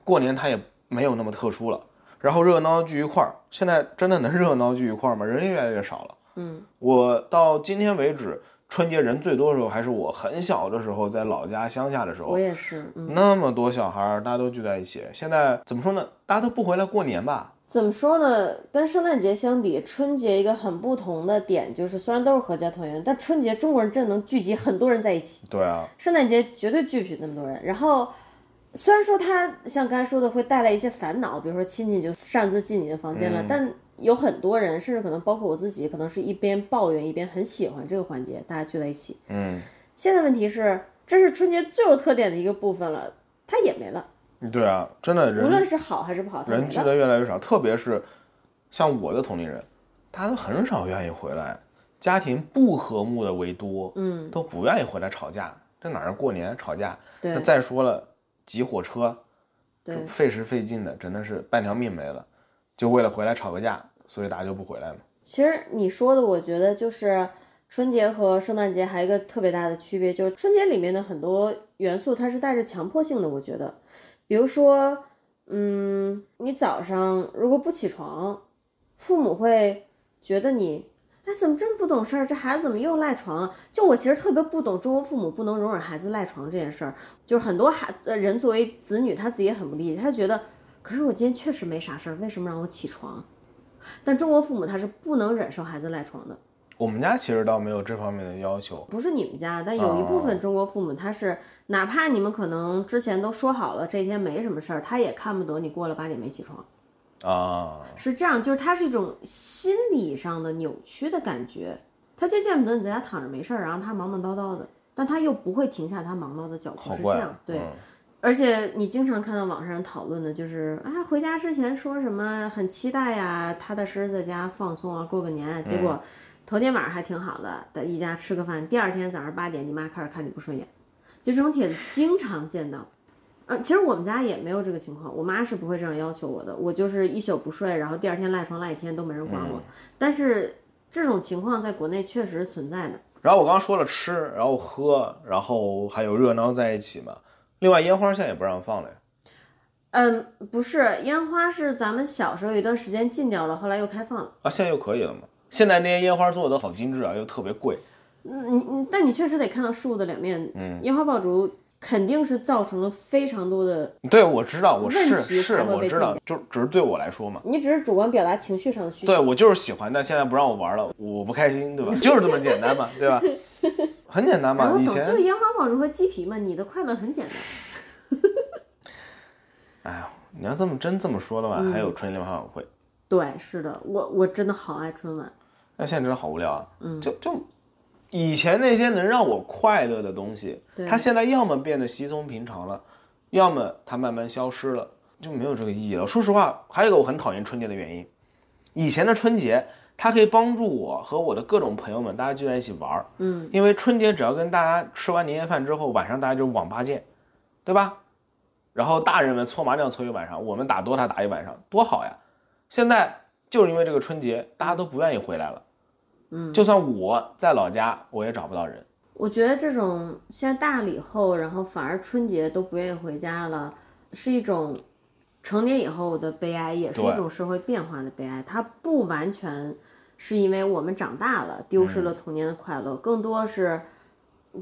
B: 过年它也没有那么特殊了，然后热热闹闹聚一块儿，现在真的能热 <laughs> 热闹闹聚一块儿吗？人也越来越少了。
A: 嗯，
B: 我到今天为止，春节人最多的时候还是我很小的时候，在老家乡下的时候
A: 我，也是，嗯。
B: 那么多小孩儿，大家都聚在一起。现在怎么说呢？大家都不回来过年吧？
A: 怎么说呢？跟圣诞节相比，春节一个很不同的点就是，虽然都是合家团圆，但春节中国人真的能聚集很多人在一起，
B: 对啊，
A: 圣诞节绝对聚不起那么多人。然后，虽然说它像刚才说的会带来一些烦恼，比如说亲戚就擅自进你的房间
B: 嗯
A: 了，但有很多人，甚至可能包括我自己，可能是一边抱怨一边很喜欢这个环节，大家聚在一起。
B: 嗯，
A: 现在问题是，这是春节最有特点的一个部分了，它也没了。
B: 对啊，真的
A: 无论
B: 人
A: 是好还是不好，它
B: 人
A: 没
B: 聚
A: 了。
B: 的越来越少，特别是像我的同龄人，大家都很少愿意回来，家庭不和睦的为多，
A: 嗯，
B: 都不愿意回来吵架，这哪是过年吵架？
A: 对
B: 那再说了，挤火车
A: 对
B: 费时费劲的，真的是半条命没了，就为了回来吵个架，所以大家就不回来了。
A: 其实你说的，我觉得就是春节和圣诞节还有一个特别大的区别，就是春节里面的很多元素它是带着强迫性的。我觉得，比如说，嗯，你早上如果不起床，父母会觉得你。哎，怎么这么不懂事儿？这孩子怎么又赖床啊？就我其实特别不懂中国父母不能容忍孩子赖床这件事儿，就是很多孩呃人作为子女，他自己也很不理解，他觉得，可是我今天确实没啥事儿，为什么让我起床？但中国父母他是不能忍受孩子赖床的，
B: 我们家其实倒没有这方面的要求，
A: 不是你们家，但有一部
B: 哦
A: 分中国父母他是，哪怕你们可能之前都说好了这一天没什么事儿，他也看不得你过了八点没起床，
B: 啊，
A: 是这样，就是他是一种心理上的扭曲的感觉，他就见不得你在家躺着没事儿，然后他忙忙叨叨的，但他又不会停下他忙叨的脚步，
B: 好
A: 是这
B: 怪
A: 样
B: 啊，，
A: 对。
B: 嗯
A: 而且你经常看到网上讨论的就是啊，回家之前说什么很期待呀、踏踏实实在家放松啊，过个年啊，结果头天晚上还挺好的，在一家吃个饭，第二天早上八点，你妈开始看你不顺眼，就这种帖子经常见到。呃，其实我们家也没有这个情况，我妈是不会这样要求我的，我就是一宿不睡，然后第二天赖床赖一天都没人管我。但是这种情况在国内确实是存在的，
B: 然后我刚刚说了吃，然后喝，然后还有热闹在一起嘛。另外，烟花现在也不让放了呀。
A: 嗯，不是，烟花是咱们小时候有一段时间禁掉了，后来又开放了。
B: 啊，现在又可以了嘛？现在那些烟花做的都好精致啊，又特别贵。
A: 嗯，你你，但你确实得看到事物的两面。嗯，烟花爆竹肯定是造成了非常多的，
B: 对，我知道，我是
A: 问题
B: 是
A: 才会
B: 我
A: 被
B: 知道，就只是对我来说嘛。
A: 你只是主观表达情绪上的需
B: 对
A: 求。
B: 我就是喜欢，但现在不让我玩了，我不开心，对吧？就是这么简单嘛，
A: <laughs>
B: 对吧？很简单
A: 然
B: 嘛，
A: 后
B: 以
A: 懂，
B: 前
A: 就是烟花爆竹和鸡皮嘛，你的快乐很简单。
B: 哎呀，你要这么真这么说的话，
A: 嗯
B: 还有春节联欢晚会，
A: 对，是的，我我真的好爱春晚。
B: 但现在真的好无聊啊。嗯，就就以前那些能让我快乐的东西，
A: 对
B: 它现在要么变得稀松平常了，要么它慢慢消失了，就没有这个意义了。说实话，还有一个我很讨厌春节的原因，以前的春节它可以帮助我和我的各种朋友们大家聚在一起玩儿，
A: 嗯，
B: 因为春节只要跟大家吃完年夜饭之后，晚上大家就网吧见，对吧？然后大人们搓麻将搓一晚上，我们打 DOTA 打一晚上，多好呀！现在就是因为这个春节，大家都不愿意回来了。嗯，就算我在老家，我也找不到人。
A: 我觉得这种现在大了以后，然后反而春节都不愿意回家了，是一种成年以后的悲哀，也是一
B: 对
A: 种社会变化的悲哀。它不完全是因为我们长大了，丢失
B: 嗯
A: 了童年的快乐，更多是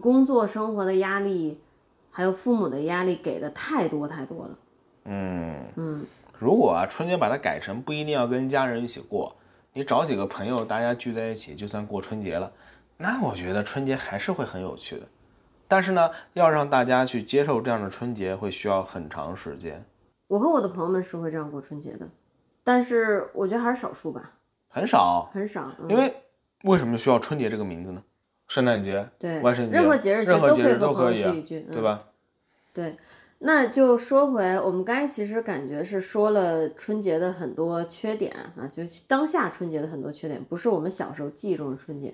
A: 工作生活的压力，还有父母的压力给的太多太多了。
B: 嗯，
A: 嗯，
B: 如果啊春节把它改成不一定要跟家人一起过，你找几个朋友大家聚在一起，就算过春节了，那我觉得春节还是会很有趣的。但是呢，要让大家去接受这样的春节，会需要很长时间，
A: 我和我的朋友们是会这样过春节的，但是我觉得还是少数吧，
B: 很少。
A: 很少。嗯、
B: 因为为什么需要春节这个名字呢？圣诞节、
A: 对
B: 万圣节，
A: 任何节日其实
B: 任何
A: 都
B: 节
A: 可以
B: 日
A: 和
B: 都
A: 朋
B: 可
A: 友
B: 以啊
A: 聚一聚嗯
B: 对吧？
A: 对，那就说回我们刚才其实感觉是说了春节的很多缺点啊，就是当下春节的很多缺点，不是我们小时候记忆中的春节。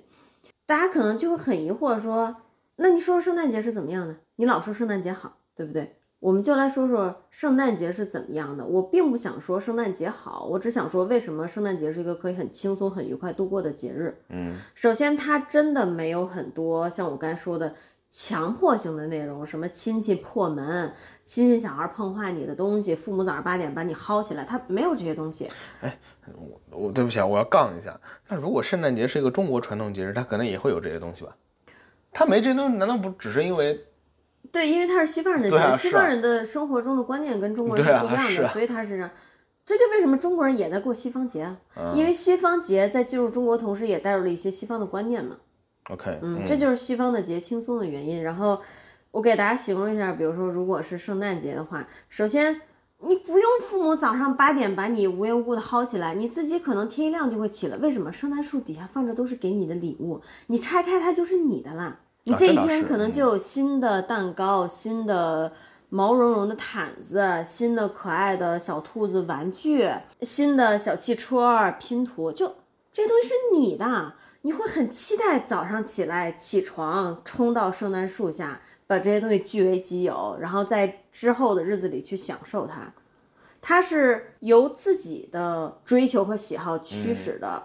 A: 大家可能就会很疑惑说，那你说说圣诞节是怎么样的？你老说圣诞节好，对不对？我们就来说说圣诞节是怎么样的。我并不想说圣诞节好，我只想说为什么圣诞节是一个可以很轻松、很愉快度过的节日。
B: 嗯，
A: 首先，它真的没有很多像我刚才说的强迫性的内容，什么亲戚破门、亲戚小孩碰坏你的东西、父母早上八点把你薅起来，它没有这些东西。
B: 我对不起啊，我要杠一下。那如果圣诞节是一个中国传统节日，它可能也会有这些东西吧？它没这些东西，难道不只是因为
A: 对，因为它是西方人的节
B: 对
A: 日，
B: 啊
A: 西
B: 是啊
A: 方人的生活中的观念跟中国人是
B: 对啊
A: 不一样
B: 是
A: 的，
B: 啊
A: 所以它是这样。这就为什么中国人也在过西方节啊，
B: 嗯
A: 因为西方节在进入中国同时，也带入了一些西方的观念嘛。
B: OK？
A: 嗯，这就是西方的节轻松的原因。然后我给大家形容一下，比如说，如果是圣诞节的话，首先你不用父母早上八点把你无缘无故的薅起来，你自己可能天一亮就会起来。为什么？圣诞树底下放着都是给你的礼物，你拆开它就是你的啦。嗯你啊这一
B: 倒
A: 天
B: 是
A: 可能就有新的蛋糕、新的毛茸茸的毯子、新的可爱的小兔子玩具、新的小汽车拼图，就这些东西是你的，你会很期待早上起来起床冲到圣诞树下，把这些东西据为己有，然后在之后的日子里去享受它。它是由自己的追求和喜好驱使
B: 嗯
A: 的，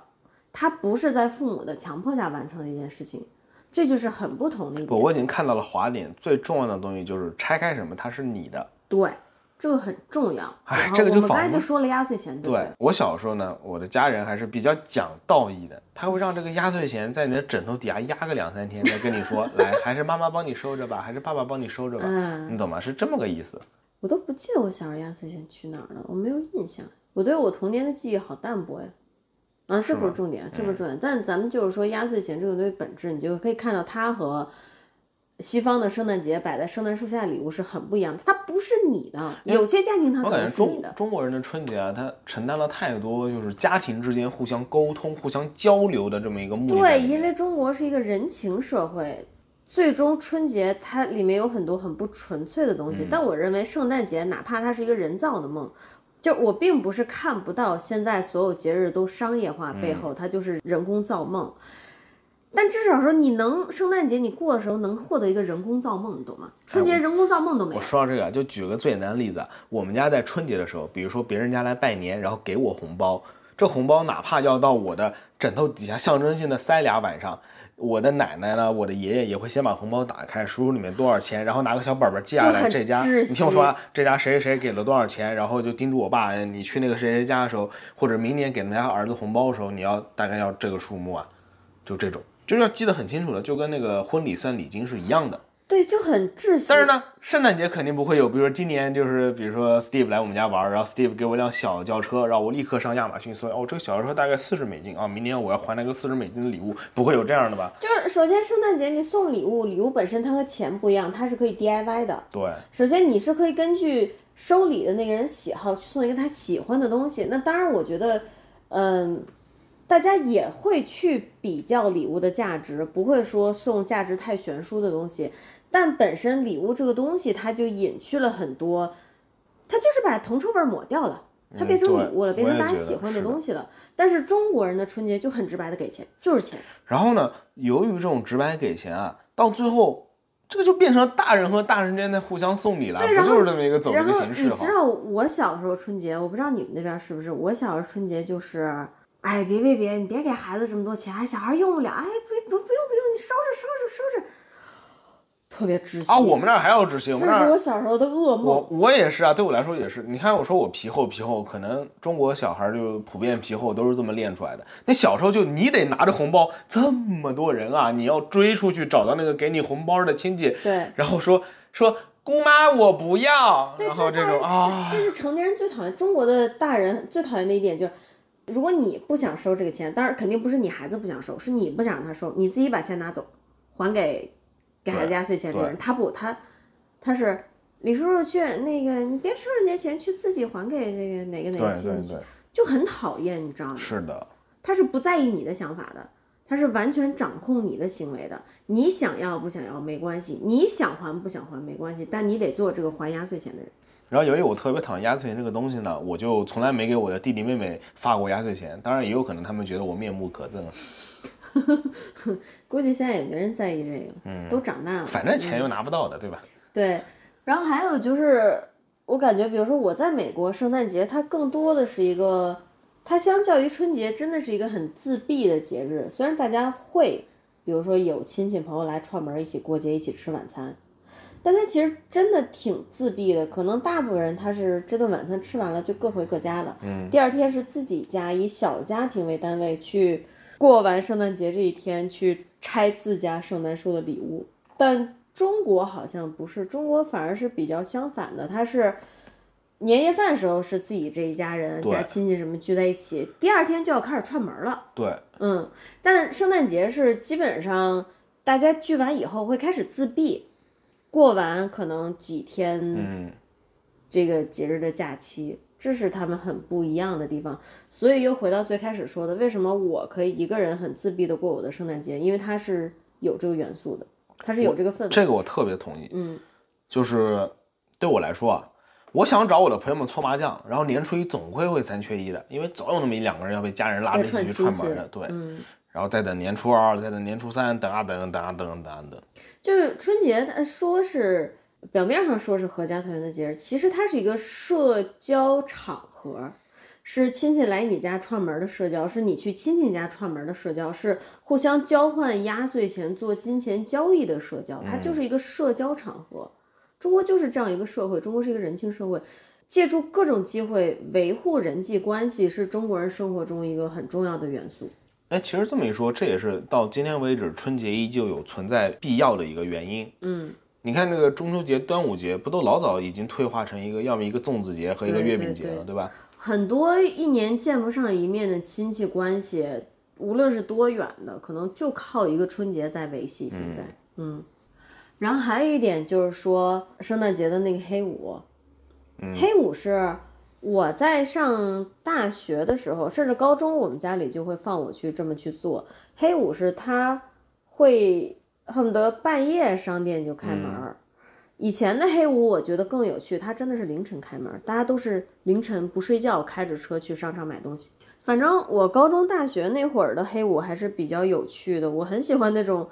A: 它不是在父母的强迫下完成的一件事情。这就是很不同的一
B: 不，
A: 点。
B: 我已经看到了滑点最重要的东西就是拆开什么，它是你的。
A: 对，这个很重要。
B: 哎
A: 然后
B: 这个就
A: 我们
B: 仿
A: 刚才
B: 佛
A: 就说了压岁钱，对不
B: 对
A: 对？
B: 我小时候呢，我的家人还是比较讲道义的，他会让这个压岁钱在你的枕头底下压个两三天，再跟
A: <laughs>
B: 你说，来，还是妈妈帮你收着吧，还是爸爸帮你收着吧，
A: 嗯，
B: 你懂吗？是这么个意思。
A: 我都不记得我小时候压岁钱去哪儿了，我没有印象。我对我童年的记忆好淡薄呀。啊，这不是重点，这不
B: 嗯
A: 是重点。但咱们就是说压岁钱这个东西本质，你就可以看到它和西方的圣诞节摆在圣诞树下的礼物是很不一样的，它不是你的。有些家庭它
B: 哎我
A: 可
B: 感
A: 能
B: 觉
A: 是你
B: 中
A: 的，
B: 中国人的春节啊，他承担了太多就是家庭之间互相沟通、互相交流的这么一个目的在
A: 对，
B: 里面。
A: 因为中国是一个人情社会，最终春节它里面有很多很不纯粹的
B: 嗯
A: 东西。但我认为圣诞节，哪怕它是一个人造的梦，就我并不是看不到现在所有节日都商业化背
B: 嗯
A: 后，它就是人工造梦。但至少说，你能圣诞节你过的时候能获得一个人工造梦，你懂吗？春节人工造梦都没有
B: 哎我。说到这个啊，就举个最简单的例子啊，我们家在春节的时候，比如说别人家来拜年，然后给我红包，这红包哪怕要到我的枕头底下象征性的塞俩晚上，我的奶奶呢，我的爷爷也会先把红包打开，数数里面多少钱，然后拿个小本本记下
A: 就
B: 来
A: 很
B: 这家，
A: 窒
B: 你听我说啊
A: 息，
B: 这家谁谁谁给了多少钱，然后就叮嘱我爸，你去那个谁谁家的时候，或者明年给他们家儿子红包的时候，你要大概要这个数目啊，就这种。就是要记得很清楚的，就跟那个婚礼算礼金是一样的。
A: 对，就很窒息。
B: 但是呢，圣诞节肯定不会有，比如说今年就是，比如说 Steve 来我们家玩，然后 Steve 给我一辆小轿车，然后我立刻上亚马逊搜，哦，这个小轿车大概四十美金啊，明年我要还那个四十美金的礼物，不会有这样的吧？
A: 就是首先圣诞节你送礼物，礼物本身它和钱不一样，它是可以 DIY 的。
B: 对，
A: 首先你是可以根据收礼的那个人喜好去送一个他喜欢的东西。那当然，我觉得，嗯，大家也会去比较礼物的价值，不会说送价值太悬殊的东西。但本身礼物这个东西，它就隐去了很多，它就是把铜臭味儿抹掉了。它变成
B: 嗯对
A: 礼物了，变
B: 我
A: 成
B: 也
A: 大家
B: 觉得
A: 喜欢
B: 是
A: 的
B: 的
A: 东西了。但是中国人的春节就很直白的给钱，就是钱。
B: 然后呢，由于这种直白给钱啊，到最后这个就变成大人和大人之间在互相送礼了，
A: 对然
B: 不
A: 后
B: 就是这么一个走这
A: 然
B: 个
A: 后
B: 形式
A: 你知
B: 哈？
A: 道我小时候春节，我不知道你们那边是不是？我小时候春节就是，哎，别别别，你别给孩子这么多钱，哎，小孩用不了，哎，不不不用不用，你收着收着收着，特别窒息
B: 啊，我们那儿还要窒息，我
A: 这
B: 们那儿
A: 是我小时候的噩
B: 我
A: 梦。
B: 我也是啊，对我来说也是。你看，我说我皮厚皮厚，可能中国小孩儿就普遍皮厚都是这么练出来的。你小时候就你得拿着红包，这么多人啊，你要追出去找到那个给你红包的亲戚，
A: 对，
B: 然后说说姑妈我不要，
A: 对，
B: 然后
A: 这
B: 这
A: 是大
B: 种
A: 人，
B: 啊
A: 这，这是成年人最讨厌，中国的大人最讨厌的一点就是。如果你不想收这个钱，当然肯定不是你孩子不想收，是你不想让他收，你自己把钱拿走，还给给孩子
B: 对
A: 压岁钱这个人。
B: 对
A: 他不，他他是李叔叔去那个，你别收人家钱，去自己还给这个哪个哪个亲戚去，，就很讨厌，你知道吗？
B: 是的，
A: 他是不在意你的想法的，他是完全掌控你的行为的。你想要不想要没关系，你想还不想还没关系，但你得做这个还压岁钱的人。
B: 然后由于我特别讨厌压岁钱这个东西呢，我就从来没给我的弟弟妹妹发过压岁钱。当然，也有可能他们觉得我面目可憎啊，
A: 估计现在也没人在意这个，嗯，都长大了，
B: 反正钱又拿不到的，对吧？
A: 对。然后还有就是，我感觉，比如说我在美国，圣诞节它更多的是一个，它相较于春节，真的是一个很自闭的节日。虽然大家会，比如说有亲戚朋友来串门儿一起过节，一起吃晚餐，但它其实真的挺自闭的。可能大部分人他是这顿晚餐吃完了就各回各家了，嗯，第二天是自己家以小家庭为单位去过完圣诞节这一天去拆自家圣诞树的礼物。但中国好像不是，中国反而是比较相反的，它是年夜饭时候是自己这一家人
B: 对
A: 加亲戚什么聚在一起，第二天就要开始串门了。
B: 对，
A: 嗯，但圣诞节是基本上大家聚完以后会开始自闭，过完可能几天
B: 嗯，
A: 这个节日的假期，这是他们很不一样的地方。所以又回到最开始说的，为什么我可以一个人很自闭的过我的圣诞节？因为它是有这个元素的。它是有这个氛围。
B: 这个我特别同意，
A: 嗯，
B: 就是对我来说啊，我想找我的朋友们搓麻将，然后年初一总归会三缺一的，因为总有那么一两个人要被家人拉
A: 在
B: 着一起
A: 串
B: 去
A: 亲
B: 串
A: 戚
B: 门的，对，
A: 嗯，
B: 然后再等年初二，再等年初三，等啊等啊等啊等啊等啊等，
A: 就是春节，它说是表面上说是合家团圆的节日，其实它是一个社交场合，是亲戚来你家串门的社交，是你去亲戚家串门的社交，是互相交换压岁钱、做金钱交易的社交，它就是一个社交场合。中国就是这样一个社会，中国是一个人情社会。借助各种机会维护人际关系，是中国人生活中一个很重要的元素。
B: 哎，其实这么一说，这也是到今天为止春节依旧有存在必要的一个原因。
A: 嗯，
B: 你看这个中秋节、端午节，不都老早已经退化成一个要么一个粽子节和一个
A: 对
B: 月
A: 对
B: 饼节
A: 对
B: 了，对吧？
A: 很多一年见不上一面的亲戚关系，无论是多远的，可能就靠一个春节在维系。现在，嗯然后还有一点就是说，圣诞节的那个黑五，黑五是我在上大学的时候，甚至高中，我们家里就会放我去这么去做。黑五是他会恨不得半夜商店就开门
B: 嗯
A: 儿。以前的黑五我觉得更有趣，它真的是凌晨开门儿，大家都是凌晨不睡觉，开着车去商场买东西。反正我高中、大学那会儿的黑五还是比较有趣的，我很喜欢那种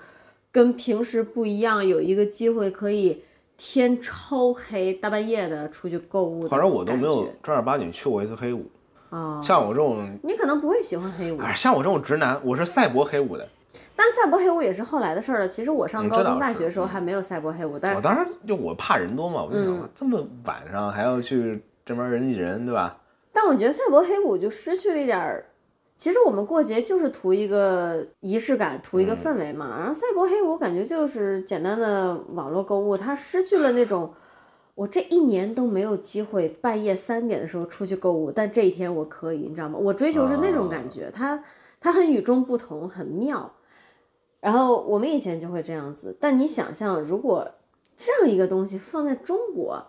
A: 跟平时不一样，有一个机会可以天超黑、大半夜的出去购物的感觉。
B: 反正我都没有正儿八经去过一次黑五。
A: 哦，
B: 像我这种，
A: 你可能不会喜欢黑五，
B: 哎，像我这种直男，我是赛博黑五的。
A: 但赛博黑五也是后来的事儿了。其实我上
B: 嗯
A: 高
B: 这倒
A: 中、大
B: 是
A: 学的时候还没有赛博黑五，但
B: 我
A: 是
B: 当时就我怕人多嘛，我就想、
A: 嗯
B: 这么晚上还要去这边人挤人，对吧？
A: 但我觉得赛博黑五就失去了一点儿。其实我们过节就是图一个仪式感，图一个氛围嘛。然后赛博黑五感觉就是简单的网络购物，它失去了那种我这一年都没有机会半夜三点的时候出去购物，但这一天我可以，你知道吗？我追求是那种感觉，它它很与众不同，很妙。然后我们以前就会这样子，但你想象，如果这样一个东西放在中国，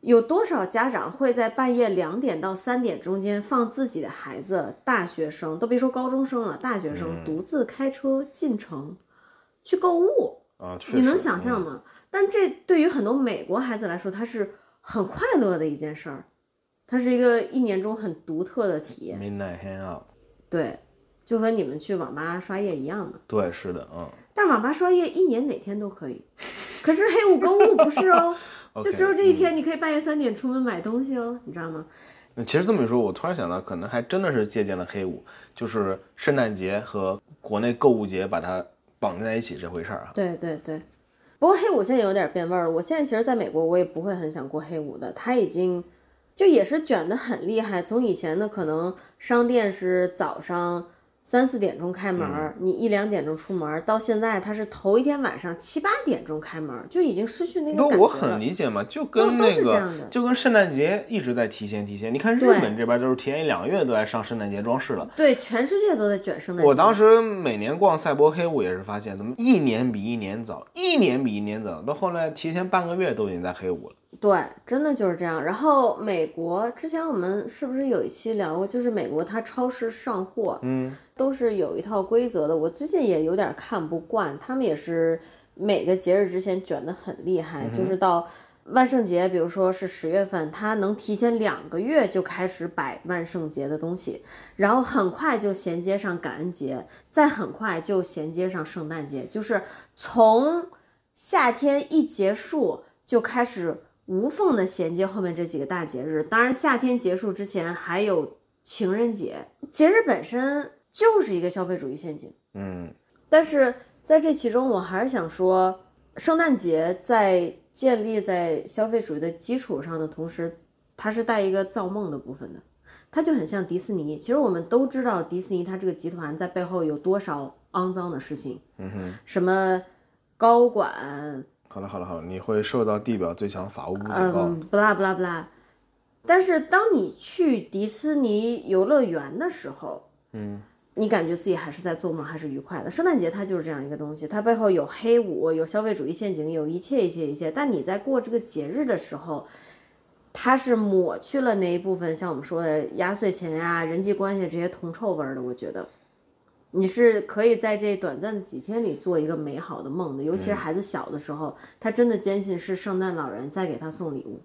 A: 有多少家长会在半夜两点到三点中间放自己的孩子，大学生都别说高中生了，大学
B: 嗯
A: 生独自开车进城去购物？
B: 啊，确实。
A: 你能想象
B: 嗯？
A: 吗？但这对于很多美国孩子来说，它是很快乐的一件事儿，它是一个一年中很独特的体验。
B: Midnight Hangout，
A: 对，就和你们去网吧刷夜一样的。
B: 对，是的，嗯。
A: 但网吧刷夜一年哪天都可以，可是黑五购物不是
B: <laughs>
A: 哦
B: o k
A: 就只有这一
B: 嗯
A: 天，你可以半夜三点出门买东西哦，你知道吗？
B: 那其实这么一说，我突然想到，可能还真的是借鉴了黑五，就是圣诞节和国内购物节把它绑在一起这回事儿啊。
A: 对对对，不过黑五现在有点变味儿了。我现在其实在美国，我也不会很想过黑五的，它已经就也是卷得很厉害。从以前的可能商店是早上三四点钟开门儿，
B: 嗯
A: 你一两点钟出门儿，到现在它是头一天晚上七八点钟开门儿，就已经失去那个
B: 那
A: 感觉了。
B: 我很理解嘛，就跟
A: 都都
B: 那
A: 是这样
B: 个
A: 的
B: 就跟圣诞节一直在提前提前。你看日
A: 对
B: 本这边都是提前一两个月都在上圣诞节装饰了。
A: 对，全世界都在卷圣诞节。
B: 我当时每年逛赛博黑五也是发现，怎么一年比一年早，一年比一年早，到后来提前半个月都已经在黑五了。
A: 对，真的就是这样。然后美国之前我们是不是有一期聊过，就是美国它超市上货，嗯，都是有一套规则的。我最近也有点看不惯，他们也是每个节日之前卷得很厉害，就是到万圣节，比如说是十月份，它能提前两个月就开始摆万圣节的东西，然后很快就衔接上感恩节，再很快就衔接上圣诞节，就是从夏天一结束就开始无缝的衔接后面这几个大节日。当然，夏天结束之前还有情人节，节日本身就是一个消费主义陷阱。
B: 嗯，
A: 但是在这其中，我还是想说，圣诞节在建立在消费主义的基础上的同时，它是带一个造梦的部分的，它就很像迪士尼。其实我们都知道，迪士尼它这个集团在背后有多少肮脏的事情，嗯
B: 哼，
A: 什么高管，
B: 好了好了好了，你会受到地表最强法务部警告。
A: 嗯，不啦不啦不啦。但是当你去迪士尼游乐园的时候，
B: 嗯，
A: 你感觉自己还是在做梦，还是愉快的。圣诞节它就是这样一个东西，它背后有黑五，有消费主义陷阱，有一切一切一切。但你在过这个节日的时候，它是抹去了那一部分，像我们说的压岁钱呀、人际关系这些铜臭味儿的。我觉得，你是可以在这短暂的几天里做一个美好的梦的。尤其是孩子小的时候，他真的坚信是圣诞老人在给他送礼物。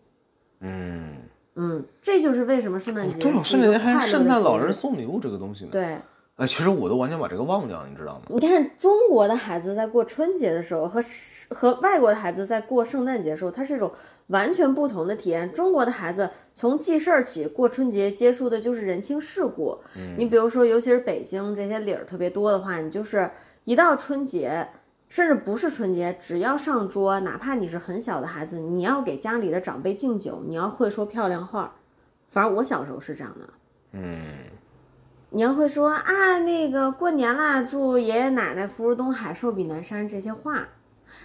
C: 嗯，
A: 嗯，这就是为什么圣诞节
B: 哦对了，
A: 是
B: 圣
A: 一
B: 诞
A: 个
B: 节
A: 快乐
B: 还
A: 的
B: 圣诞老
A: 节日
B: 人送礼物这个东西呢。
A: 对。
B: 哎，其实我都完全把这个忘掉，你知道吗？
A: 你看中国的孩子在过春节的时候和是和外国的孩子在过圣诞节的时候，它是一种完全不同的体验。中国的孩子从记事儿起过春节，接触的就是人情世故。
B: 嗯
A: 你比如说，尤其是北京这些理儿特别多的话，你就是一到春节，甚至不是春节，只要上桌，哪怕你是很小的孩子，你要给家里的长辈敬酒，你要会说漂亮话。反正我小时候是这样的。
B: 嗯，
A: 你要会说啊，那个过年啦，祝爷爷奶奶福如东海，寿比南山这些话。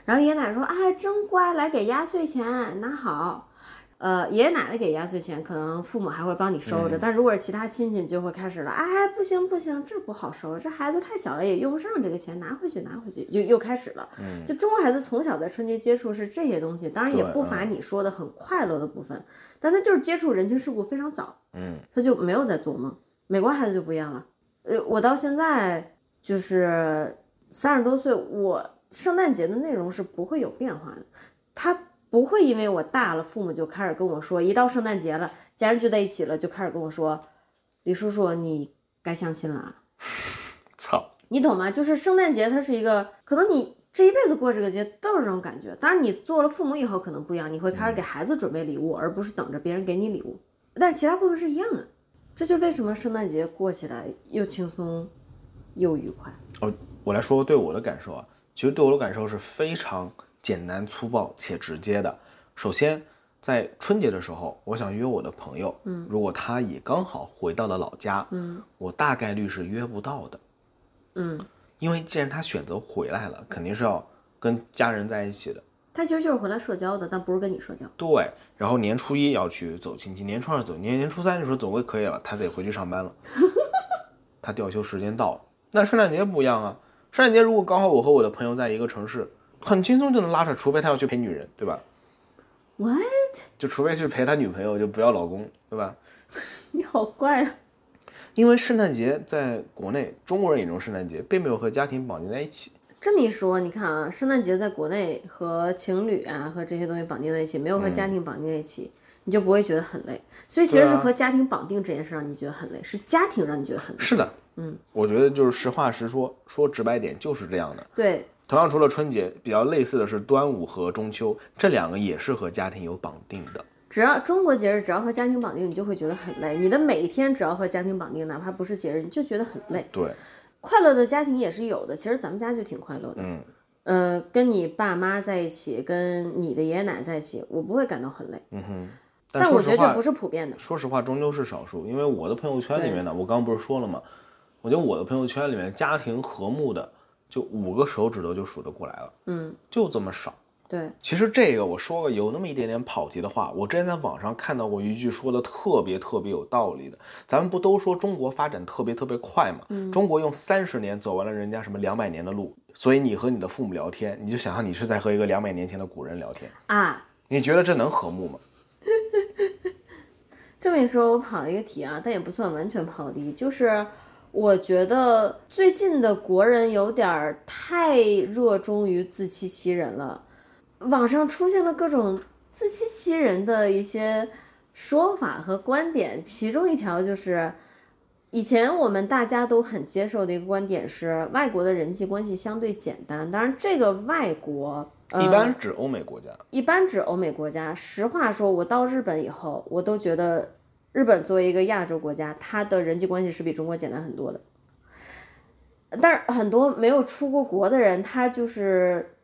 A: 然后爷爷奶奶说啊，真乖，来给压岁钱，拿好。呃，爷爷奶奶给压岁钱，可能父母还会帮你收着，
B: 嗯
A: 但如果是其他亲戚，就会开始了，哎，不行不行，这不好收，这孩子太小了，也用不上这个钱，拿回去拿回去，就又开始了。就中国孩子从小在春节接触是这些东西，当然也
B: 嗯对
A: 不乏
B: 嗯
A: 你说的很快乐的部分，但他就是接触人情世故非常早。
B: 嗯，
A: 他就没有在做梦。美国孩子就不一样了，呃，我到现在就是三十多岁，我圣诞节的内容是不会有变化的，他不会因为我大了，父母就开始跟我说，一到圣诞节了，家人聚在一起了，就开始跟我说，李叔叔你该相亲了啊。
C: 操，
A: 你懂吗？就是圣诞节，它是一个可能你这一辈子过这个节都是这种感觉。当然，你做了父母以后可能不一样，你会开始给孩子准备礼物，而不是等着别人给你礼物。但是其他部分是一样的，这就是为什么圣诞节过起来又轻松又愉快。
B: 哦，我来说对我的感受啊，其实对我的感受是非常简单粗暴且直接的。首先，在春节的时候，我想约我的朋友，嗯，如果他也刚好回到了老家，
A: 嗯
B: 我大概率是约不到的，
A: 嗯，
B: 因为既然他选择回来了，肯定是要跟家人在一起的。
A: 它其实就是回来社交的，但不是跟你社交。
B: 对，然后年初一要去走亲戚，年初二走年年初三你说总归可以了，他得回去上班了，他调休时间到了。那圣诞节不一样啊，圣诞节如果刚好我和我的朋友在一个城市，很轻松就能拉扯，除非他要去陪女人，对吧？
A: What？
B: 就除非去陪他女朋友，就不要老公，对吧？
A: 你好怪啊！
B: 因为圣诞节在国内中国人眼中，圣诞节并没有和家庭绑定在一起。
A: 这么一说，你看啊，圣诞节在国内和情侣啊和这些东西绑定在一起，没有和家庭绑定在一起，你就不会觉得很累。所以其实
B: 嗯对啊
A: 是和家庭绑定这件事让你觉得很累，是家庭让你觉得很累。
B: 是的，
A: 嗯，
B: 我觉得就是实话实说，说直白点就是这样的。
A: 对，
B: 同样，除了春节，比较类似的是端午和中秋，这两个也是和家庭有绑定的。
A: 只要中国节日只要和家庭绑定，你就会觉得很累。你的每一天只要和家庭绑定，哪怕不是节日，你就觉得很累。
B: 对，
A: 快乐的家庭也是有的，其实咱们家就挺快乐的。
B: 嗯，
A: 呃，跟你爸妈在一起，跟你的爷爷奶奶在一起，我不会感到很累。
B: 嗯但
A: 我
B: 说
A: 觉
B: 实
A: 得
B: 话
A: 这不，是普遍的。
B: 说实话，终究是少数，因为我的朋友圈里面呢，我刚刚不是说了吗？我觉得我的朋友圈里面家庭和睦的，就五个手指头就数得过来了，
A: 嗯，
B: 就这么少。
A: 对，
B: 其实这个我说个有那么一点点跑题的话，我之前在网上看到过一句说的特别特别有道理的，咱们不都说中国发展特别特别快嘛？
A: 嗯
B: 中国用三十年走完了人家什么两百年的路，所以你和你的父母聊天，你就想象你是在和一个两百年前的古人聊天，
A: 啊，
B: 你觉得这能和睦吗？
A: 这么一说，我跑了一个题啊，但也不算完全跑题，就是我觉得最近的国人有点儿太热衷于自欺欺人了，网上出现了各种自欺欺人的一些说法和观点，其中一条就是。以前我们大家都很接受的一个观点是，外国的人际关系相对简单。当然，这个外国、呃、
B: 一般指欧美国家，
A: 一般指欧美国家。实话说，我到日本以后，我都觉得日本作为一个亚洲国家，它的人际关系是比中国简单很多的。但是很多没有出过国的人，他就是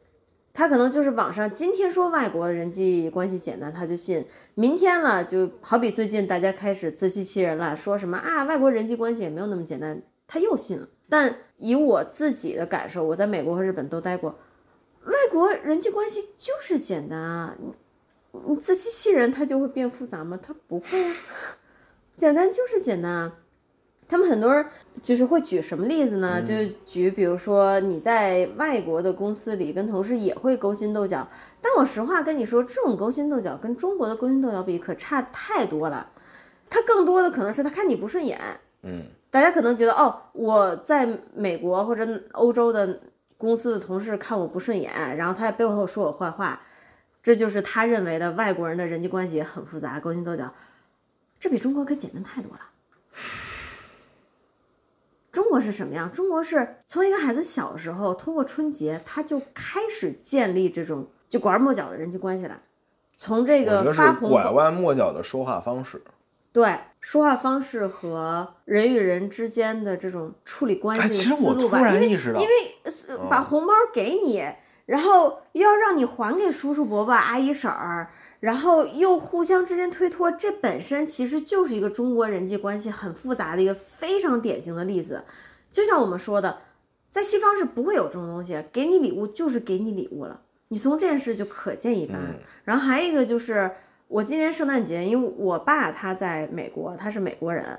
A: 他可能就是网上今天说外国人际关系简单，他就信；明天了，就好比最近大家开始自欺欺人了，说什么啊外国人际关系也没有那么简单，他又信了。但以我自己的感受，我在美国和日本都待过，外国人际关系就是简单啊，你你自欺欺人，他就会变复杂吗？他不会啊，简单就是简单啊。他们很多人就是会举什么例子呢？就举比如说你在外国的公司里跟同事也会勾心斗角，但我实话跟你说，这种勾心斗角跟中国的勾心斗角比可差太多了。他更多的可能是他看你不顺眼，
B: 嗯，
A: 大家可能觉得哦，我在美国或者欧洲的公司的同事看我不顺眼，然后他在背后说我坏话，这就是他认为的外国人的人际关系也很复杂，勾心斗角。这比中国可简单太多了。中国是什么样？中国是从一个孩子小时候，通过春节，他就开始建立这种就拐弯抹角的人际关系了。从这
B: 我觉
A: 个
B: 得是
A: 发红
B: 拐
A: 包，啊
B: 弯抹角的说话方式。
A: 对说话方式和人与人之间的这种处理关系
B: 哎，
A: 的
B: 其
A: 思
B: 实我
A: 路
B: 突
A: 吧，因
B: 然
A: 为
B: 意识到，
A: 因为呃把红包给你，然后要让你还给叔叔伯伯、阿姨婶儿，然后又互相之间推脱，这本身其实就是一个中国人际关系很复杂的一个非常典型的例子。就像我们说的，在西方是不会有这种东西，给你礼物就是给你礼物了，你从这件事就可见一斑。然后还有一个就是，我今年圣诞节，因为我爸他在美国，他是美国人，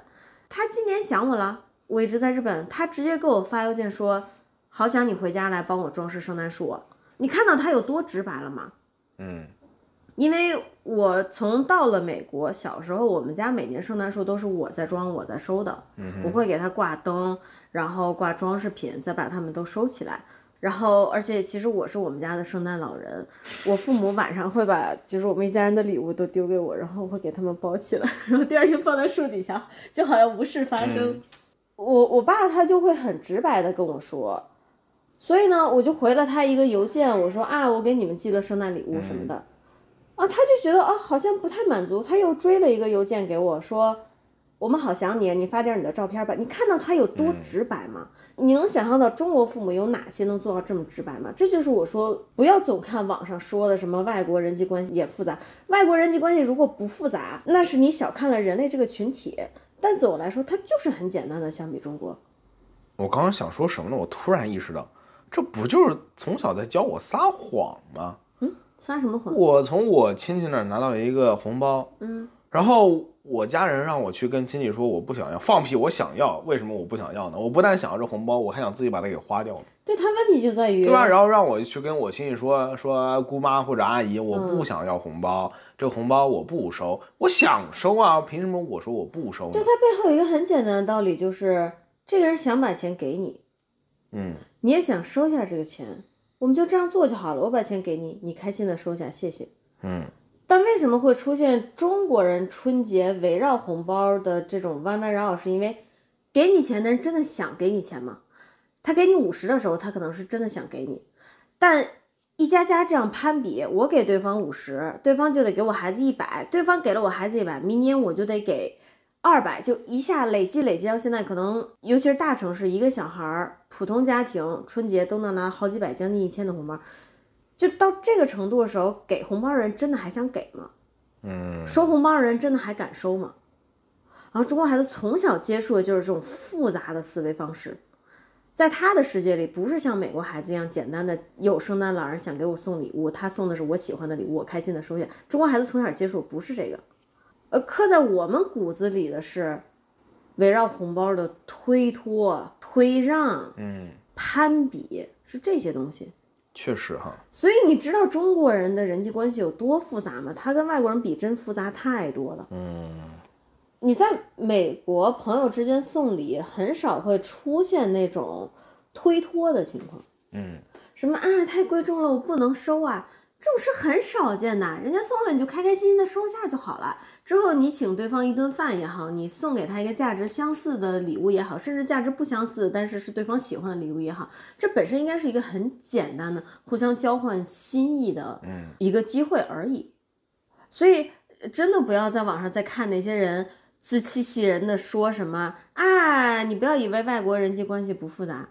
A: 他今年想我了，我一直在日本，他直接给我发邮件说，好想你回家来帮我装饰圣诞树。啊你看到他有多直白了吗？
B: 嗯，
A: 因为我从到了美国，小时候我们家每年圣诞树都是我在装，我在收的。我会给它挂灯，然后挂装饰品，再把它们都收起来。然后，而且其实我是我们家的圣诞老人，我父母晚上会把就是我们一家人的礼物都丢给我，然后我会给他们包起来， <laughs> 然后第二天放在树底下，就好像无事发生。我我爸他就会很直白的跟我说，所以呢，我就回了他一个邮件，我说啊，我给你们寄了圣诞礼物什么的。啊，他就觉得啊，好像不太满足，他又追了一个邮件给我说，我们好想你，你发点你的照片吧。你看到他有
B: 嗯
A: 多直白吗？你能想象到中国父母有哪些能做到这么直白吗？这就是我说不要总看网上说的什么外国人际关系也复杂，外国人际关系如果不复杂，那是你小看了人类这个群体。但总的来说，它就是很简单的，相比中国。
B: 我刚刚想说什么呢？我突然意识到，这不就是从小在教我撒谎吗？
A: 撒什么谎？
B: 我从我亲戚那儿拿到一个红包，
A: 嗯，
B: 然后我家人让我去跟亲戚说我不想要，放屁，我想要，为什么我不想要呢？我不但想要这红包，我还想自己把它给花掉呢，
A: 对，它问题就在于
B: 对吧？然后让我去跟我亲戚说说姑妈或者阿姨，我不
A: 嗯
B: 想要红包，这个红包我不收，我想收啊，凭什么我说我不收呢
A: 对？它背后有一个很简单的道理，就是这个人想把钱给你，
B: 嗯，
A: 你也想收下这个钱，我们就这样做就好了。我把钱给你，你开心的收下，谢谢。
B: 嗯。
A: 但为什么会出现中国人春节围绕红包的这种弯弯绕绕？是因为给你钱的人真的想给你钱吗？他给你五十的时候，他可能是真的想给你，但一家家这样攀比，我给对方五十，对方就得给我孩子一百，对方给了我孩子一百，明年我就得给二百，就一下累积累积到现在，可能尤其是大城市，一个小孩儿，普通家庭春节都能拿好几百，将近一千的红包，就到这个程度的时候，给红包人真的还想给吗？嗯，收红包的人真的还敢收吗？然后中国孩子从小接触的就是这种复杂的思维方式，在他的世界里，不是像美国孩子一样简单的有圣诞老人想给我送礼物，他送的是我喜欢的礼物，我开心的收下。中国孩子从小接触不是这个，呃，刻在我们骨子里的是围绕红包的推脱、推让、
B: 嗯，
A: 攀比，是这些东西。
B: 确实哈，
A: 所以你知道中国人的人际关系有多复杂吗？他跟外国人比，真复杂太多了。嗯，你在美国朋友之间送礼，很少会出现那种推脱的情况。
B: 嗯，
A: 什么啊，太贵重了，我不能收啊，这种是很少见的。人家送了你就开开心心的收下就好了。之后你请对方一顿饭也好，你送给他一个价值相似的礼物也好，甚至价值不相似但是是对方喜欢的礼物也好，这本身应该是一个很简单的互相交换心意的
B: 嗯
A: 一个机会而已。所以呃真的不要在网上再看那些人自欺欺人的说什么啊，你不要以为外国人际关系不复杂，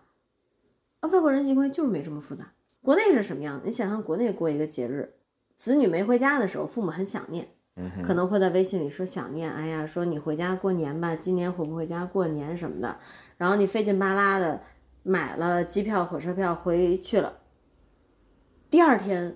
A: 啊，外国人际关系就是没这么复杂。国内是什么样？你想象国内过一个节日，子女没回家的时候，父母很想念，
B: 嗯
A: 可能会在微信里说想念，哎呀，说你回家过年吧，今年回不回家过年什么的，然后你费劲巴拉的买了机票、火车票回去了，第二天。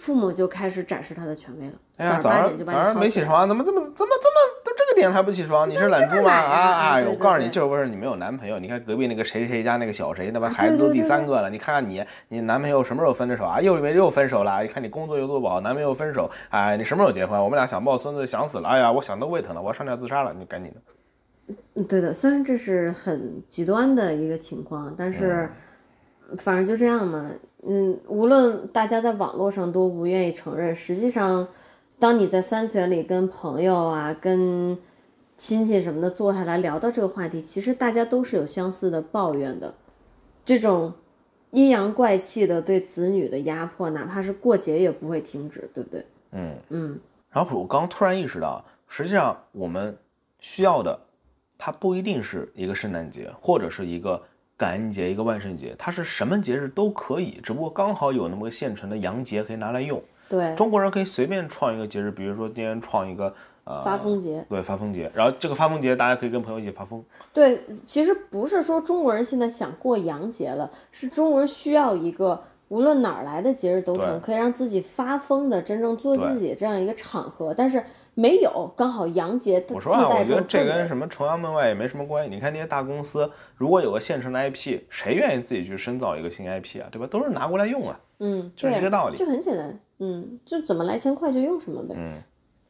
A: 父母就开始展示他的权威了。
B: 哎呀，
A: 早
B: 早
A: 八点
B: 上
A: 就
B: 早
A: 把你
B: 上
A: 薅
B: 没
A: 起
B: 起
A: 来
B: 床，怎么这么怎么这么都这个点了还不起床？你是懒猪吗？
A: 晚啊
B: 啊哎，
A: 对
B: 我
A: 对
B: 告诉你，
A: 对
B: 这会儿你没有男朋友。你看隔壁那个谁谁家那个小谁，那边
A: 啊
B: 孩子
A: 对
B: 都
A: 对
B: 第
A: 对
B: 三
A: 对
B: 个了。你看看你，你男朋友什么时候分的手啊？又以为又分手了。你看你工作又做不好，男朋友分手，哎，你什么时候结婚？我们俩想抱孙子，想死了。哎呀，我想都胃疼了，我要上吊自杀了。你赶紧的。
A: 嗯对的，虽然这是很极端的一个情况，但是
B: 嗯
A: 反正就这样嘛。嗯，无论大家在网络上多不愿意承认，实际上，当你在三选里跟朋友啊、跟亲戚什么的坐下来聊到这个话题，其实大家都是有相似的抱怨的，这种阴阳怪气的对子女的压迫，哪怕是过节也不会停止，对不对？
B: 嗯，
A: 嗯，
B: 然后我刚突然意识到，实际上我们需要的，它不一定是一个圣诞节，或者是一个感恩节、一个万圣节，它是什么节日都可以，只不过刚好有那么个现成的洋节可以拿来用。
A: 对，
B: 中国人可以随便创一个节日，比如说今天创一个呃
A: 发疯节。
B: 对发疯节，然后这个发疯节大家可以跟朋友一起发疯。
A: 对，其实不是说中国人现在想过洋节了，是中国人需要一个无论哪儿来的节日都成，
B: 对
A: 可以让自己发疯的、真正做自己这样一个场合。但是没有，刚好洋节它
B: 我
A: 自
B: 说啊，我
A: 带这
B: 觉得
A: 种氛
B: 这
A: 围
B: 跟什么崇洋媚外也没什么关系。你看那些大公司，如果有个现成的 IP，谁愿意自己去深造一个新 IP 啊？对吧？都是拿过来用啊。
A: 嗯，
B: 就是
A: 对
B: 一个道理
A: 就很简单，嗯，就怎么来钱快就用什么呗。
B: 嗯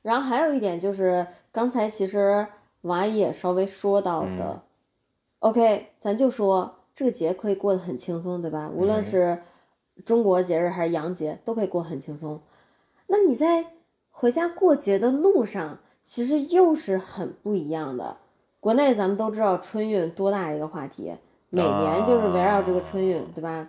A: 然后还有一点就是，刚才其实娃也稍微说到的、o
B: 嗯
A: k 咱就说这个节可以过得很轻松，对吧？无
B: 嗯
A: 论是中国节日还是洋节，都可以过得很轻松。那你在回家过节的路上，其实又是很不一样的。国内咱们都知道春运多大一个话题，每年就是围绕这个春运，对吧？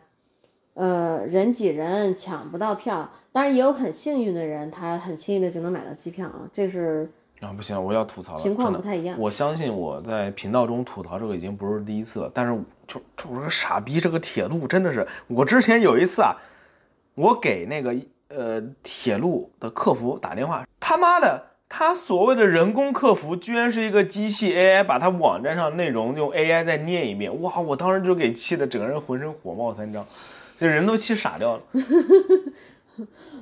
A: 呃，人挤人，抢不到票。当然也有很幸运的人，他很轻易的就能买到机票啊，这是
B: 啊，不行，我要吐槽了。
A: 情况
B: 真
A: 不
B: 的
A: 太一样。
B: 我相信我在频道中吐槽这个已经不是第一次了，但是我就就我说傻逼，这个铁路真的是，我之前有一次啊，我给那个呃铁路的客服打电话，他妈的，他所谓的人工客服居然是一个机器 AI，把他网站上内容用 AI 再念一遍，哇，我当时就给气的整个人浑身火冒三丈，这人都气傻掉了。
A: 嗯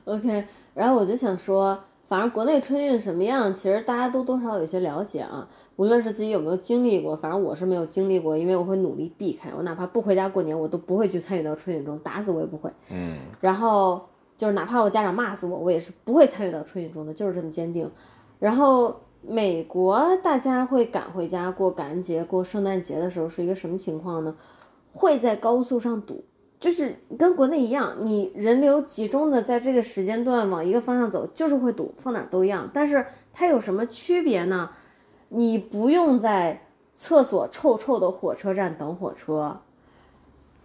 A: OK，然后我就想说，反正国内春运什么样，其实大家都多少有些了解啊。无论是自己有没有经历过，反正我是没有经历过，因为我会努力避开。我哪怕不回家过年，我都不会去参与到春运中，打死我也不会。
B: 嗯，
A: 然后就是哪怕我家长骂死我，我也是不会参与到春运中的，就是这么坚定。然后美国大家会赶回家过感恩节、过圣诞节的时候是一个什么情况呢？会在高速上堵，就是跟国内一样，你人流集中的在这个时间段往一个方向走，就是会堵，放哪儿都一样。但是它有什么区别呢？你不用在厕所臭臭的火车站等火车，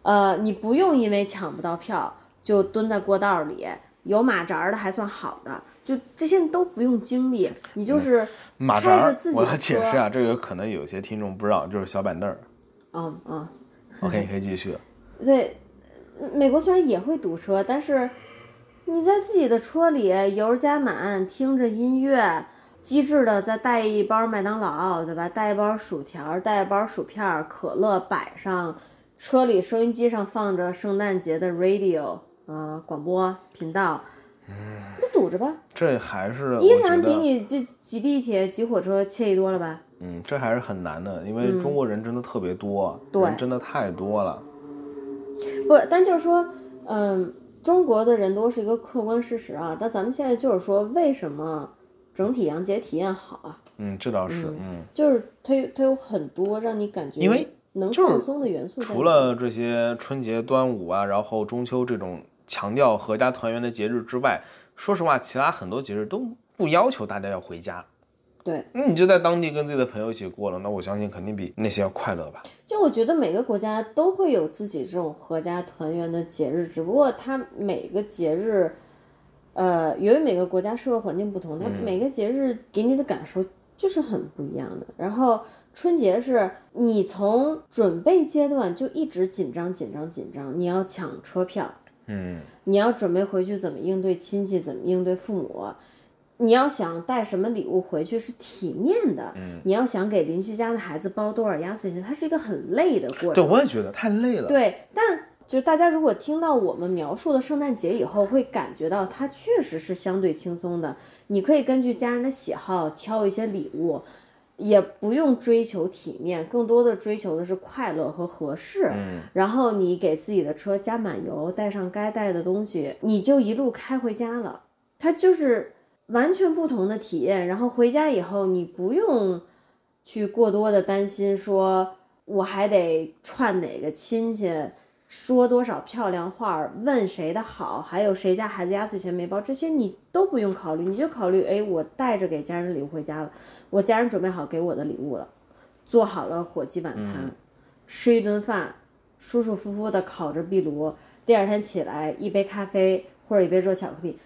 A: 呃，你不用因为抢不到票就蹲在过道里，有马扎儿的还算好的，就这些都不用经历，你就是
B: 马
A: 开
B: 扎
A: 着
B: 儿
A: 自，己
B: 我
A: 的
B: 要解释
A: 车
B: 啊，这个可能有些听众不知道，就是小板凳儿。
A: 嗯嗯，
B: OK，你可以继续。
A: 对，呃美国虽然也会堵车，但是你在自己的车里油加满，听着音乐，机智的再带一包麦当劳，对吧？带一包薯条，带一包薯片儿，可乐摆上，车里收音机上放着圣诞节的 radio 啊、呃广播频道，你就堵着吧，
B: 这还是
A: 依
B: 嗯我觉
A: 然比
B: 得，
A: 你这挤地铁、挤火车惬意多了吧？
B: 嗯，这还是很难的，因为中国人真的特别多，
A: 嗯对
B: 人真的太多了。
A: 不，但就是说，嗯，中国的人多是一个客观事实啊。但咱们现在就是说，为什么整体洋节体验好啊？
B: 嗯，这倒是，嗯，
A: 就是它有它有很多让你感觉
B: 因为
A: 能
B: 就是
A: 放松的元素在里面。
B: 除了这些春节、端午啊，然后中秋这种强调合家团圆的节日之外，说实话，其他很多节日都不要求大家要回家，
A: 对，
B: 那你就在当地跟自己的朋友一起过了，那我相信肯定比那些要快乐吧。
A: 就我觉得每个国家都会有自己这种合家团圆的节日，只不过它每个节日，呃，由于每个国家社会环境不同，它每个节日给你的感受就是很不一样的。然后春节是你从准备阶段就一直紧张紧张紧张，你要抢车票，
B: 嗯，
A: 你要准备回去怎么应对亲戚，怎么应对父母，你要想带什么礼物回去是体面的，你要想给邻居家的孩子包多少压岁钱，它是一个很累的过
B: 对，
A: 程。
B: 我也觉得太累了。
A: 对，但就是大家如果听到我们描述的圣诞节以后，会感觉到它确实是相对轻松的。你可以根据家人的喜好挑一些礼物，也不用追求体面，更多的追求的是快乐和合适。然后你给自己的车加满油，带上该带的东西，你就一路开回家了。它就是完全不同的体验。然后回家以后，你不用去过多的担心说我还得串哪个亲戚，说多少漂亮话儿，问谁的好，还有谁家孩子压岁钱没包，这些你都不用考虑，你就考虑，哎，我带着给家人的礼物回家了，我家人准备好给我的礼物了，做好了火鸡晚餐，吃一顿饭，舒舒服服的烤着壁炉，第二天起来一杯咖啡或者一杯热巧克力，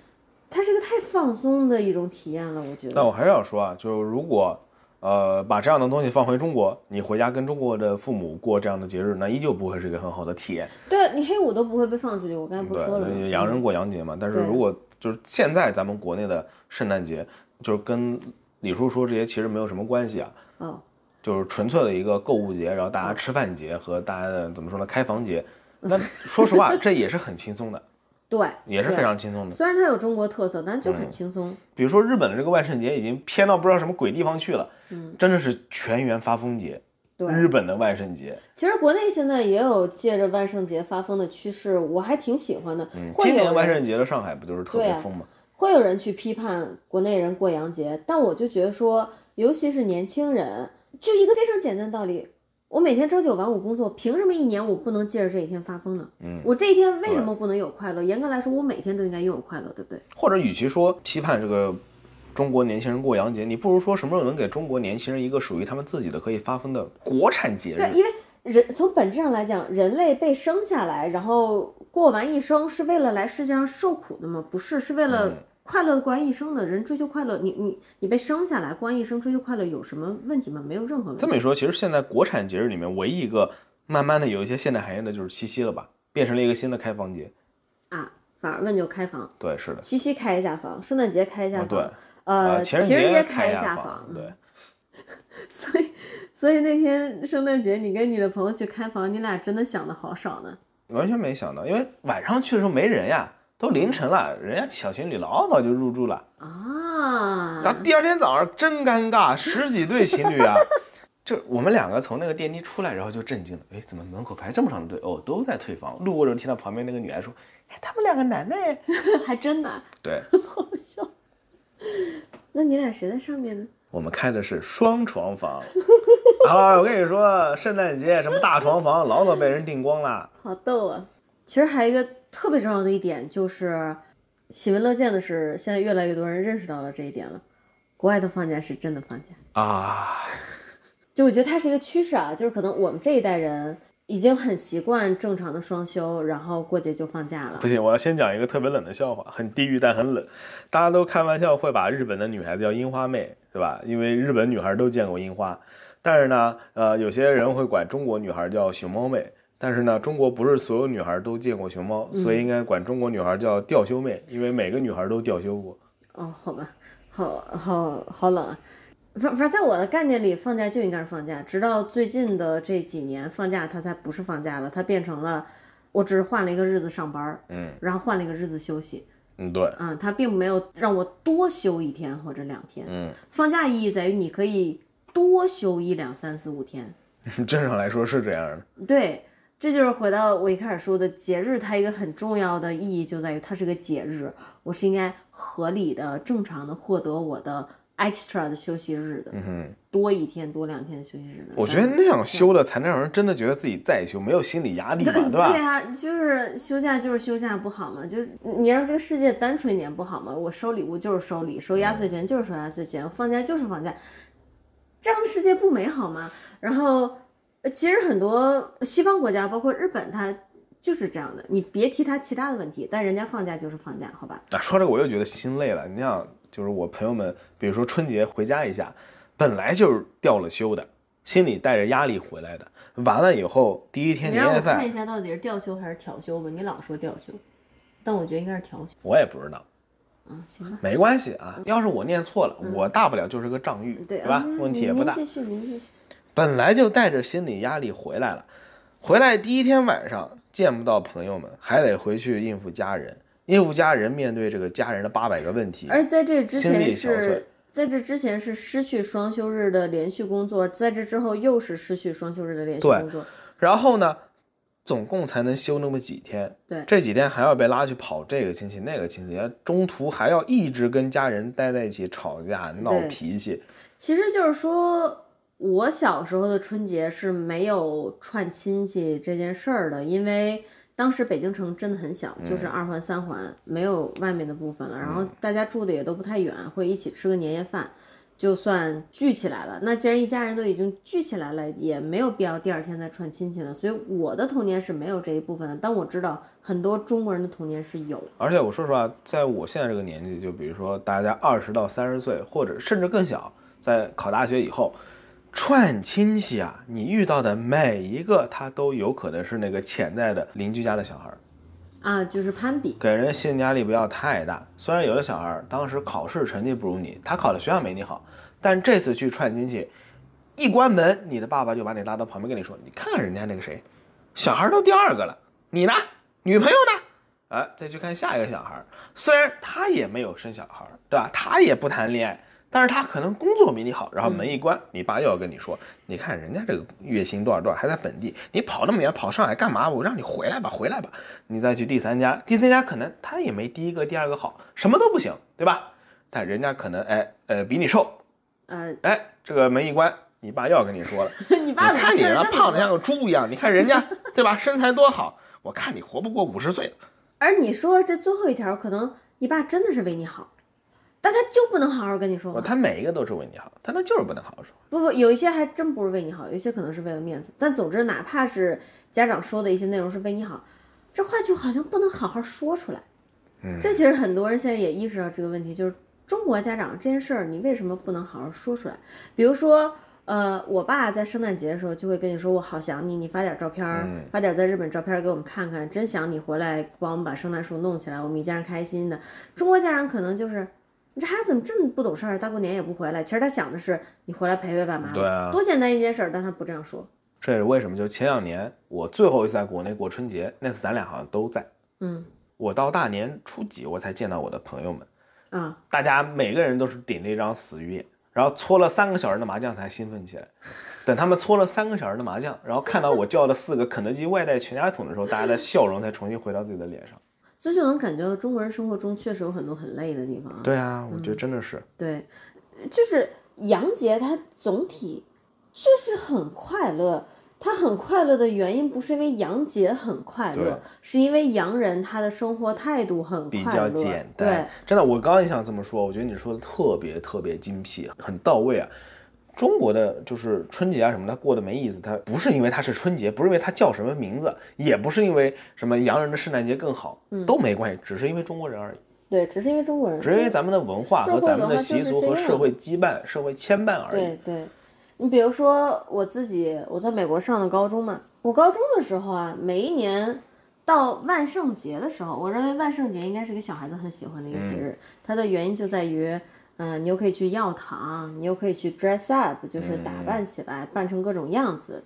A: 它是个太放松的一种体验了，我觉
B: 但
A: 得。
B: 我还是要说啊，就如果呃把这样的东西放回中国，你回家跟中国的父母过这样的节日，那依旧不会是一个很好的体验。
A: 对你黑五都不会被放出去，我刚才不
B: 对
A: 是说了，吗
B: 那？洋人过洋节嘛。但是
A: 对
B: 如果就是现在咱们国内的圣诞节，就是跟李叔说这些其实没有什么关系啊，
A: 哦，
B: 就是纯粹的一个购物节，然后大家吃饭节和大家的怎么说呢，开房节。那说实话，这也是很轻松的，
A: 对，
B: 也是嗯
A: 对
B: 非。常轻松的。
A: 虽然它有中国特色，但就很轻松。
B: 比如说日本的这个万圣节已经偏到不知道什么鬼地方去了，真的是全员发疯节。
A: 嗯对
B: 日本的万圣节，
A: 其实国内现在也有借着万圣节发疯的趋势，我还挺喜欢的。
B: 嗯
A: 会
B: 今
A: 有
B: 年万
A: 人
B: 圣节的上海不就是特
A: 对
B: 别
A: 啊
B: 疯吗？
A: 会有人去批判国内人过洋节，但我就觉得说，尤其是年轻人，就一个非常简单的道理：我每天朝九晚五工作，凭什么一年我不能借着这一天发疯呢？嗯，我这一天为什么不能有快乐？严格来说，我每天都应该拥有快乐，对不对？
B: 或者与其说批判这个中国年轻人过洋节，你不如说什么时候能给中国年轻人一个属于他们自己的可以发疯的国产节
A: 对，
B: 日？
A: 因为人从本质上来讲，人类被生下来，然后过完一生是为了来世界上受苦的吗？不是，是为了
B: 嗯
A: 快乐的过完一生的。人追求快乐，你你你被生下来过完一生追求快乐有什么问题吗？没有任何问
B: 这
A: 题。
B: 么一说，其实现在国产节日里面唯一一个慢慢的有一些现代含义的就是七夕了吧，变成了一个新的开放节。
A: 啊，反而问就开房，
B: 对，是的，
A: 七夕开一下房，圣诞节开一下
B: 啊
A: 房，
B: 对，
A: 呃，
B: 呃，
A: 情
B: 情人
A: 节
B: 开
A: 一
B: 下
A: 房，嗯
B: 对，
A: 所以所以那天圣诞节你跟你的朋友去开房，你俩真的想的好少呢。
B: 完全没想到，因为晚上去的时候没人呀，都凌晨了，人家小情侣老早就入住了。
A: 啊，
B: 然后第二天早上真尴尬，十几对情侣啊， <laughs> 这我们两个从那个电梯出来，然后就震惊了，哎，怎么门口排这么长的队？哦，都在退房。路过的时候听到旁边那个女孩说，哎，他们两个男的哎。
A: 还真的啊，
B: 对，
A: 那你俩谁在上面呢？
B: 我们开的是双床房。啊，我跟你说，圣诞节什么大床房老早被人订光了。
A: 好逗啊！其实还有一个特别重要的一点就是，喜闻乐见的是，现在越来越多人认识到了这一点了。国外的放假是真的放假，
B: 啊，
A: 就我觉得它是一个趋势啊，就是可能我们这一代人已经很习惯正常的双休，然后过节就放假了
B: 不。行，我要先讲一个特别冷的笑话，很地狱但很冷。大家都开玩笑会把日本的女孩子叫樱花妹，对吧？因为日本女孩都见过樱花，但是呢，呃，有些人会管中国女孩叫熊猫妹。但是呢，中国不是所有女孩都见过熊猫，所以应该管中国女孩叫吊羞妹，因为每个女孩都吊羞过。
A: 哦，好吧，好好好冷啊。反反正在我的概念里，放假就应该是放假，直到最近的这几年，放假它才不是放假了，它变成了我只是换了一个日子上班，
B: 嗯，
A: 然后换了一个日子休息。
B: 嗯，对， <laughs>
A: 嗯，它并没有让我多休一天或者两天。
B: 嗯，
A: 放假意义在于你可以多休一两三四五天。
B: 正常来说是这样的。
A: 对，这就是回到我一开始说的，节日它一个很重要的意义就在于它是个节日，我是应该合理的、正常的获得我的 extra 的休息日的，
B: 嗯，
A: 多一天、多两天的休息日的。
B: 我觉得那样休了，才能让人真的觉得自己在休，没有心理压
A: <laughs>
B: 力嘛，对吧？
A: 对啊，就是休假就是休假不好吗？就是你让这个世界单纯一点不好吗？我收礼物就是收礼，收压岁钱就是收压岁钱，放假就是放假，这样的世界不美好吗？然后，呃其实很多西方国家，包括日本，它就是这样的。你别提它其他的问题，但人家放假就是放假，好吧？
B: 啊，说这个我又觉得心累了。你想，就是我朋友们，比如说春节回家一下，本来就是掉了休的，心里带着压力回来的，完了以后第一天
A: 你
B: 年
A: 让我
B: 夜
A: 看一
B: 饭，
A: 下到底是调休还是调休吧，你老说调休，但我觉得应该是调休。
B: 我也不知道，
A: 嗯，行吧。
B: 没关系啊。要是我念错了，我大不了就是个账玉，
A: 嗯对
B: 吧
A: 嗯？
B: 问题也不
A: 您
B: 大。
A: 继续，您继续。
B: 本来就带着心理压力回来了，回来第一天晚上见不到朋友们，还得回去应付家人，应付家人面对这个家人的八百个问题，
A: 而在这之
B: 心
A: 前
B: 力憔悴
A: 是，在这之前是失去双休日的连续工作，在这之后又是失去双休日的连续
B: 对
A: 工作。
B: 然后呢，总共才能休那么几天。
A: 对
B: 这几天还要被拉去跑这个亲戚那个亲戚，中途还要一直跟家人待在一起吵架闹
A: 对
B: 脾气。
A: 其实就是说，我小时候的春节是没有串亲戚这件事儿的，因为当时北京城真的很小，就是
B: 嗯
A: 二环、三环，没有外面的部分了。然后大家住的也都不太远，会一起吃个年夜饭，就算聚起来了。那既然一家人都已经聚起来了，也没有必要第二天再串亲戚了。所以我的童年是没有这一部分的，但我知道很多中国人的童年是有。
B: 而且我说实话，在我现在这个年纪，就比如说大家二十到三十岁，或者甚至更小，在考大学以后，串亲戚啊，你遇到的每一个他都有可能是那个潜在的邻居家的小孩儿，
A: 啊，就是攀比，
B: 给人心理压力不要太大。虽然有的小孩儿当时考试成绩不如你，他考的学校没你好，但这次去串亲戚，一关门，你的爸爸就把你拉到旁边跟你说：“你看人家那个谁，小孩都第二个了，你呢？女朋友呢？”哎，再去看下一个小孩儿，虽然他也没有生小孩儿，对吧？他也不谈恋爱，但是他可能工作比你好。然后门一关，你爸又要跟你说：“你看人家这个月薪多少多少，还在本地，你跑那么远跑上海干嘛？我让你回来吧，回来吧。”你再去第三家，第三家可能他也没第一个、第二个好，什么都不行，对吧？但人家可能哎呃比你瘦，
A: 呃， <laughs>
B: 哎这个门一关，你爸又要跟你说了。
A: 你爸
B: 你
A: 怎么
B: 看你
A: 事儿
B: 人家
A: 这么
B: 胖的
A: 多
B: 像个猪一样，你看人家对吧，身材多好，我看你活不过五十岁。
A: 而你说这最后一条，可能你爸真的是为你好，但他就不能好好跟你说
B: 我
A: 话。
B: 哦他每一个都是为你好，但他就是不能好好说。
A: 不不，有一些还真不是为你好，有一些可能是为了面子。但总之，哪怕是家长说的一些内容是为你好，这话就好像不能好好说出来。嗯，这其实很多人现在也意识到这个问题，就是中国家长这件事儿，你为什么不能好好说出来？比如说。呃，我爸在圣诞节的时候就会跟你说，我好想你，你发点照片儿，发点在日本照片儿给我们看看，真想你回来帮我们把圣诞树弄起来，我们一家人开心的。中国家长可能就是，你这孩子怎么这么不懂事儿？大过年也不回来。其实他想的是，你回来陪陪爸妈吧，
B: 对啊
A: 多简单一件事儿，但他不这样说。
B: 这也是为什么，就前两年我最后一次在国内过春节，那次咱俩好像都在。
A: 嗯
B: 我到大年初几我才见到我的朋友们，
A: 啊，
B: 大家每个人都是顶着一张死鱼眼，然后搓了三个小时的麻将才兴奋起来。等他们搓了三个小时的麻将，然后看到我叫了四个肯德基外带全家桶的时候，大家的笑容才重新回到自己的脸上。
A: 所以就能感觉到中国人生活中确实有很多很累的地方啊。
B: 对啊，我觉得真的是。
A: 对，就是杨杰他总体就是很快乐。他很快乐的原因不是因为杨杰很快
B: 对
A: 乐，是因为洋人他的生活态度很快
B: 比
A: 乐，
B: 较简单。真的，我刚刚也想这么说，我觉得你说的特别特别精辟，很到位啊。中国的就是春节啊什么的，过得没意思。它不是因为它是春节，不是因为它叫什么名字，也不是因为什么洋人的圣诞节更好，都没关系，只是因为中国人而已，
A: 对对，只是因为中国人，
B: 只是因为咱们的文化
A: 社会
B: 和咱们
A: 文化
B: 的
A: 就是
B: 习俗
A: 这
B: 和
A: 样
B: 社会羁绊、社会牵绊而已。
A: 对对，你比如说我自己，我在美国上的高中嘛，我高中的时候啊，每一年到万圣节的时候，我认为万圣节应该是给小孩子很喜欢的一个
B: 嗯
A: 节日，它的原因就在于，嗯、你又可以去药堂，你又可以去 dress up，就是
B: 嗯
A: 打扮起来，扮成各种样子。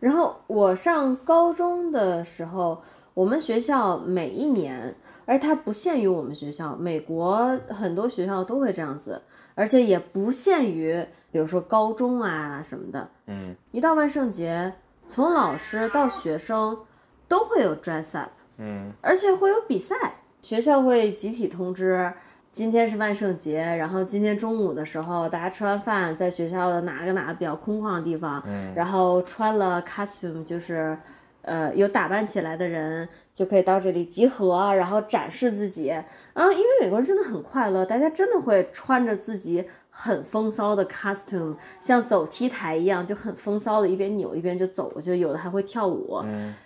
A: 然后我上高中的时候，我们学校每一年，而它不限于我们学校，美国很多学校都会这样子，而且也不限于，比如说高中啊什么的。
B: 嗯，
A: 一到万圣节，从老师到学生都会有 dress up，
B: 嗯，
A: 而且会有比赛，学校会集体通知。今天是万圣节，然后今天中午的时候，大家吃完饭，在学校的哪个哪个比较空旷的地方，
B: 嗯
A: 然后穿了 costume，就是呃有打扮起来的人就可以到这里集合，然后展示自己。然后因为美国人真的很快乐，大家真的会穿着自己很风骚的 costume，像走 T 台一样，就很风骚的一边扭一边就走过去，有的还会跳舞，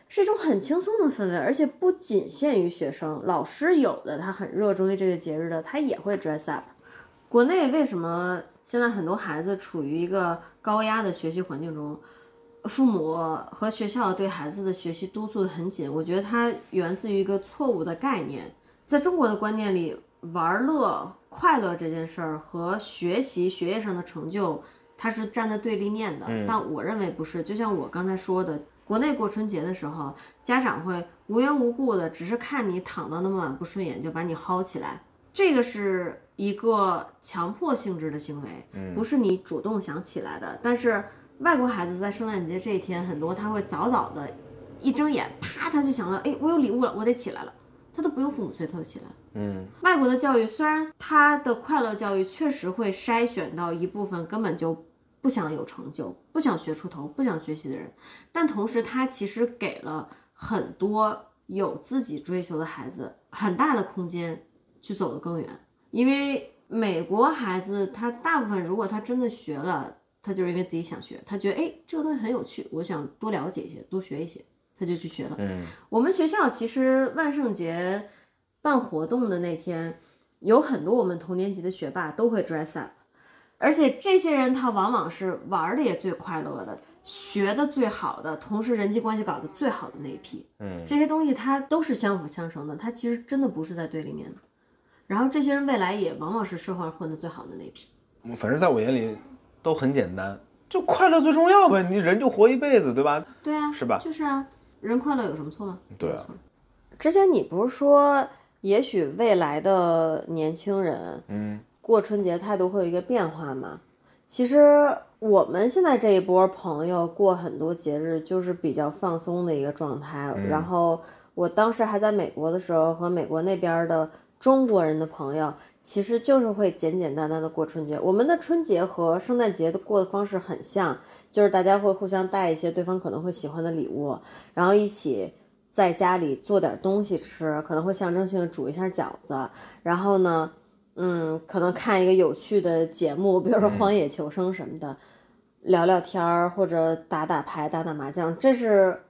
A: 是一种很轻松的氛围，而且不仅限于学生，老师有的他很热衷于这个节日的，他也会 dress up。国内为什么现在很多孩子处于一个高压的学习环境中？父母和学校对孩子的学习督促的很紧，我觉得它源自于一个错误的概念。在中国的观念里，玩乐、快乐这件事儿和学习、学业上的成就，它是站在对立面的。但我认为不是。就像我刚才说的，国内过春节的时候，家长会无缘无故的，只是看你躺到那么晚不顺眼，就把你薅起来。这个是一个强迫性质的行为，不是你主动想起来的。但是外国孩子在圣诞节这一天，很多他会早早的，一睁眼，啪，他就想到，哎，我有礼物了，我得起来了，他都不用父母催，他就起来了。
B: 嗯，
A: 外国的教育虽然它的快乐教育确实会筛选到一部分根本就不想有成就、不想学出头、不想学习的人，但同时他其实给了很多有自己追求的孩子很大的空间去走得更远，因为美国孩子他大部分如果他真的学了，他就是因为自己想学，他觉得哎这个东西很有趣，我想多了解一些，多学一些，他就去学了。
B: 嗯，
A: 我们学校其实万圣节办活动的那天，有很多我们同年级的学霸都会 dress up，而且这些人他往往是玩的也最快乐的，学的最好的，同时人际关系搞得最好的那一批。
B: 嗯，
A: 这些东西它都是相辅相成的，它其实真的不是在对立面的。然后这些人未来也往往是社会上混得最好的那一批。
D: 反正在我眼里都很简单，就快乐最重要呗。你人就活一辈子，对吧？
A: 对啊，
D: 是吧
A: 就是啊，人快乐有什么错吗？
D: 对啊
A: 没有错。之前你不是说，也许未来的年轻人，嗯，过春节态度会有一个变化吗？其实我们现在这一波朋友过很多节日就是比较放松的一个状态。
D: 嗯
A: 然后我当时还在美国的时候，和美国那边的中国人的朋友，其实就是会简简单单的过春节。我们的春节和圣诞节的过的方式很像，就是大家会互相带一些对方可能会喜欢的礼物，然后一起在家里做点东西吃，可能会象征性地煮一下饺子，然后呢，嗯，可能看一个有趣的节目，比如说
D: 嗯
A: 《荒野求生》什么的，聊聊天儿或者打打牌、打打麻将，这是。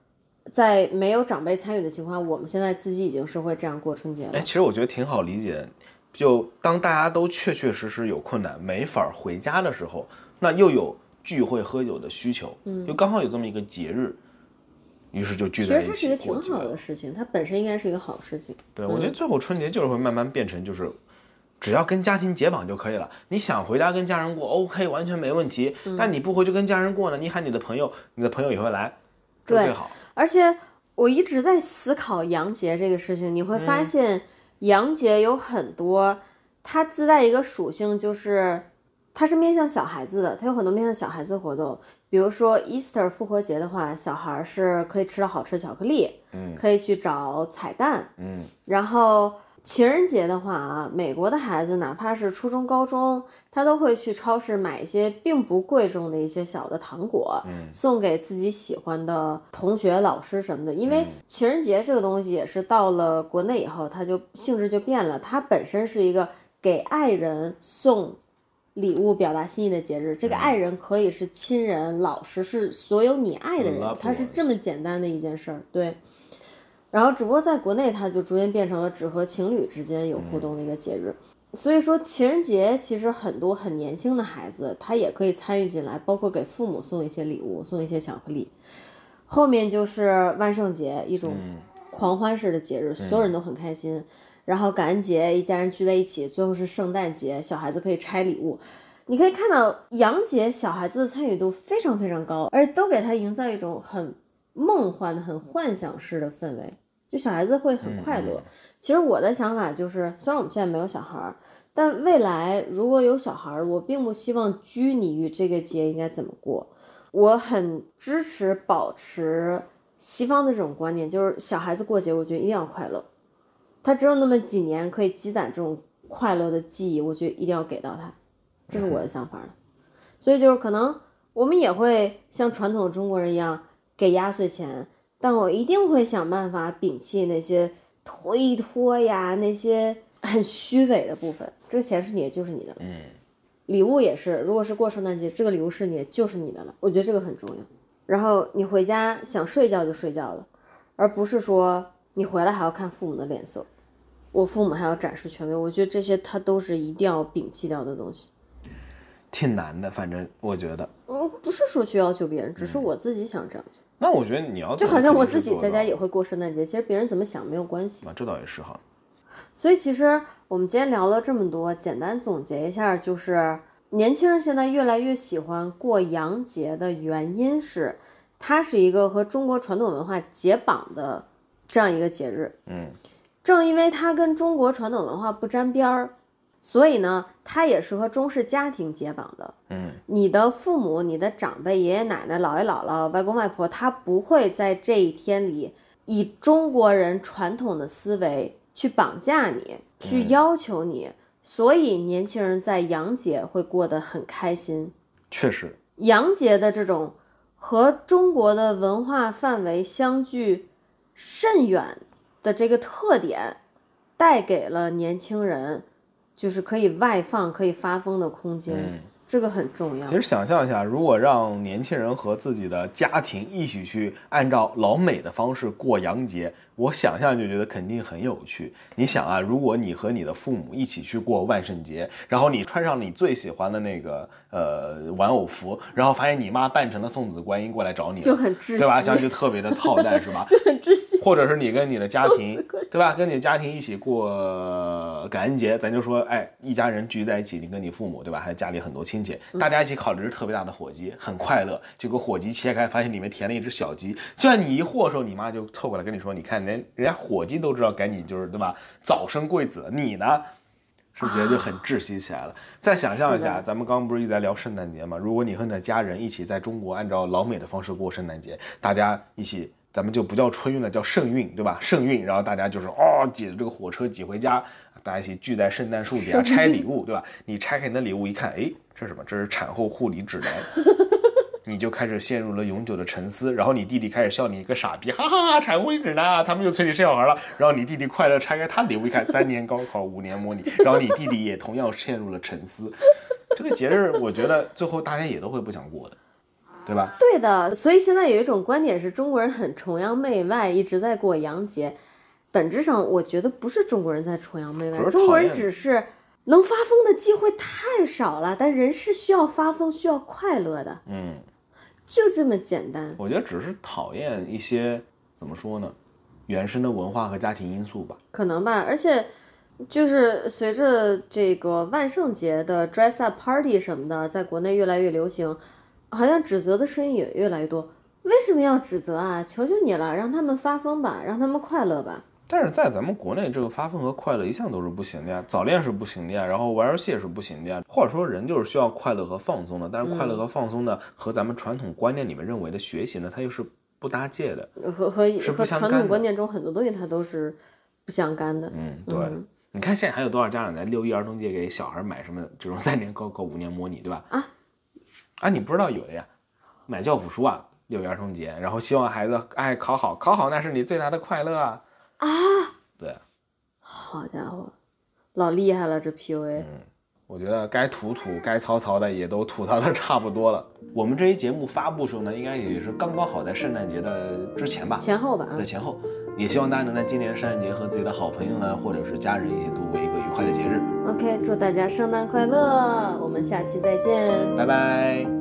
A: 在没有长辈参与的情况下，我们现在自己已经是会这样过春节了
D: 哎，。其实我觉得挺好理解的。就当大家都确确实实有困难，没法儿回家的时候，那又有聚会喝酒的需求，嗯，就刚好有这么一个节日，于是就聚
A: 其
D: 在
A: 实
D: 一
A: 它是
D: 起
A: 一个
D: 过
A: 挺
D: 节
A: 好的事情，它本身应该是一个好事情。
D: 对，我觉得最后春节就是会慢慢变成就是，只要跟家庭解绑就可以了。你想回家跟家人过，OK，完全没问题。
A: 嗯
D: 但你不回去跟家人过呢，你喊你的朋友，你的朋友也会来，这
A: 对
D: 最好。
A: 而且我一直在思考洋节这个事情，你会发现洋节有很多，它自带一个属性，就是它是面向小孩子的，它有很多面向小孩子的活动。比如说 Easter 复活节的话，小孩儿是可以吃到好吃的巧克力，嗯，可以去找彩蛋，
B: 嗯，
A: 然后情人节的话啊，美国的孩子哪怕是初中、高中，他都会去超市买一些并不贵重的一些小的糖果，送给自己喜欢的同学、老师什么的。因为情人节这个东西也是到了国内以后，它就性质就变了，它本身是一个给爱人送。礼物表达心意的节日，这个爱人可以是亲人、老师，是所有你爱的人
D: Loved，
A: 它是这么简单的一件事儿。对，然后只不过在国内，它就逐渐变成了只和情侣之间有互动的一个节日。所以说，情人节其实很多很年轻的孩子，他也可以参与进来，包括给父母送一些礼物，送一些巧克力。后面就是万圣节，一种狂欢式的节日，所有人都很开心。然后感恩节，一家人聚在一起，最后是圣诞节，小孩子可以拆礼物。你可以看到洋节小孩子的参与度非常非常高，而且都给他营造一种很梦幻的、很幻想式的氛围，就小孩子会很快乐。其实我的想法就是，虽然我们现在没有小孩儿，但未来如果有小孩儿，我并不希望拘泥于这个节应该怎么过。我很支持保持西方的这种观念，就是小孩子过节，我觉得一定要快乐。他只有那么几年可以积攒这种快乐的记忆，我觉得一定要给到他，这是我的想法了。所以就是可能我们也会像传统中国人一样给压岁钱，但我一定会想办法摒弃那些推脱呀，那些 <laughs> 很虚伪的部分。这个钱是你的，就是你的了。嗯，礼物也是，如果是过圣诞节，这个礼物是你的，就是你的了。我觉得这个很重要。然后你回家想睡觉就睡觉了，而不是说你回来还要看父母的脸色，我父母还要展示权威。我觉得这些他都是一定要摒弃掉的东西。
D: 挺难的，反正我觉得。
A: 嗯，不是说去要求别人，只是
D: 嗯
A: 我自己想这样做。
D: 那我觉得你要
A: 就
D: 做
A: 好
D: 的
A: 像
D: 肯
A: 我
D: 定嗯是
A: 自己
D: 做
A: 在
D: 得
A: 家
D: 到
A: 也会过圣诞节，其实别人怎么想没有关系。
D: 啊，这倒也是哈。
A: 所以其实我们今天聊了这么多，简单总结一下，就是年轻人现在越来越喜欢过洋节的原因是，它是一个和中国传统文化解绑的这样一个节日。
B: 嗯，
A: 正因为它跟中国传统文化不沾边儿，所以呢，它也是和中式家庭解绑的。
B: 嗯，
A: 你的父母、你的长辈、爷爷奶奶、姥爷姥姥、外公外婆，他不会在这一天里以中国人传统的思维去绑架你，去要求你。所以年轻人在洋节会过得很开心，
D: 确实，
A: 洋节的这种和中国的文化范围相距甚远的这个特点，带给了年轻人就是可以外放、可以发疯的空间，这个很重要
B: 其。实想象一下，如果让年轻人和自己的家庭一起去按照老美的方式过洋节，我想象就觉得肯定很有趣。你想啊，如果你和你的父母一起去过万圣节，然后你穿上你最喜欢的那个呃玩偶服，然后发现你妈扮成了送子观音过来找你了，
A: 就很窒息
B: 对吧？想就特别的操蛋，是吧？
A: <laughs> 就很窒息。
B: <laughs> 或者是你跟你的家
A: 送
B: 庭
A: 子观，
B: 对吧？跟你的家庭一起过呃感恩节，咱就说，哎，一家人聚在一起，你跟你父母，对吧？还有家里很多亲戚，大家一起烤了只特别大的火鸡，很快乐。结果火鸡切开，发现里面填了一只小鸡。就像你一和的时候，你妈就凑过来跟你说，你看人人家火鸡都知道赶紧就是对吧？早生贵子，你呢？是不是觉得就很窒息起来了？再想象一
A: 是
B: 下，
A: 的
B: 咱们刚刚不是一直在聊圣诞节吗？如果你和你的家人一起在中国按照老美的方式过圣诞节，大家一起，咱们就不叫春运了，叫圣运，对吧？圣运，然后大家就是哦，挤着这个火车挤回家，大家一起聚在圣诞树底下拆礼物，对吧？你拆开你的礼物一看，哎，这是什么？这是产后护理指南。你就开始陷入了永久的沉思，然后你弟弟开始笑你一个傻逼，哈哈哈，产后一指南，他们又催你生小孩了，然后你弟弟快乐拆开他礼物一看，三年高考，五年模拟，然后你弟弟也同样陷入了沉思。这个节日，我觉得最后大家也都会不想过的，对吧？
A: 对的，所以现在有一种观点是中国人很崇洋媚外，一直在过洋节。本质上，我觉得不是中国人在崇洋媚外
B: 主要，是
A: 中国人
B: 讨厌
A: 只是能发疯的机会太少了。但人是需要发疯、需要快乐的，
B: 嗯，
A: 就这么简单。
B: 我觉得只是讨厌一些怎么说呢，原生的文化和家庭因素吧。
A: 可能吧，而且就是随着这个万圣节的 dress up party 什么的，在国内越来越流行，好像指责的声音也越来越多。为什么要指责啊？求求你了，让他们发疯吧，让他们快乐吧。
B: 但是在咱们国内，这个发疯和快乐一向都是不行的呀，早恋是不行的呀，然后玩游戏也是不行的呀。或者说，人就是需要快乐和放松的，但是快乐和放松呢，和咱们传统观念里面认为的学习呢，它又是不搭界的。
A: 和和
B: 是不
A: 和
B: 相
A: 传统
B: 干的
A: 观念中很多东西它都是不相干的。
B: 嗯，对。你看现在还有多少家长在六一儿童节给小孩买什么这种三年高考五年模拟，对吧？
A: 啊
B: 啊，你不知道有的呀，买教辅书啊，六一儿童节，然后希望孩子哎考好，考好那是你最大的快乐啊。
A: 啊，
B: 对，
A: 好家伙，老厉害了这 PUA。
B: 我觉得该吐吐、该槽槽的也都吐槽的差不多了。我们这一节目发布的时候呢，应该也是刚刚好在圣诞节的之前吧，
A: 前后吧啊
B: 的，前后。也希望大家能在今年圣诞节和自己的好朋友呢，或者是家人一起度过一个愉快的节日。
A: OK，祝大家圣诞快乐，我们下期再见。
B: 拜拜。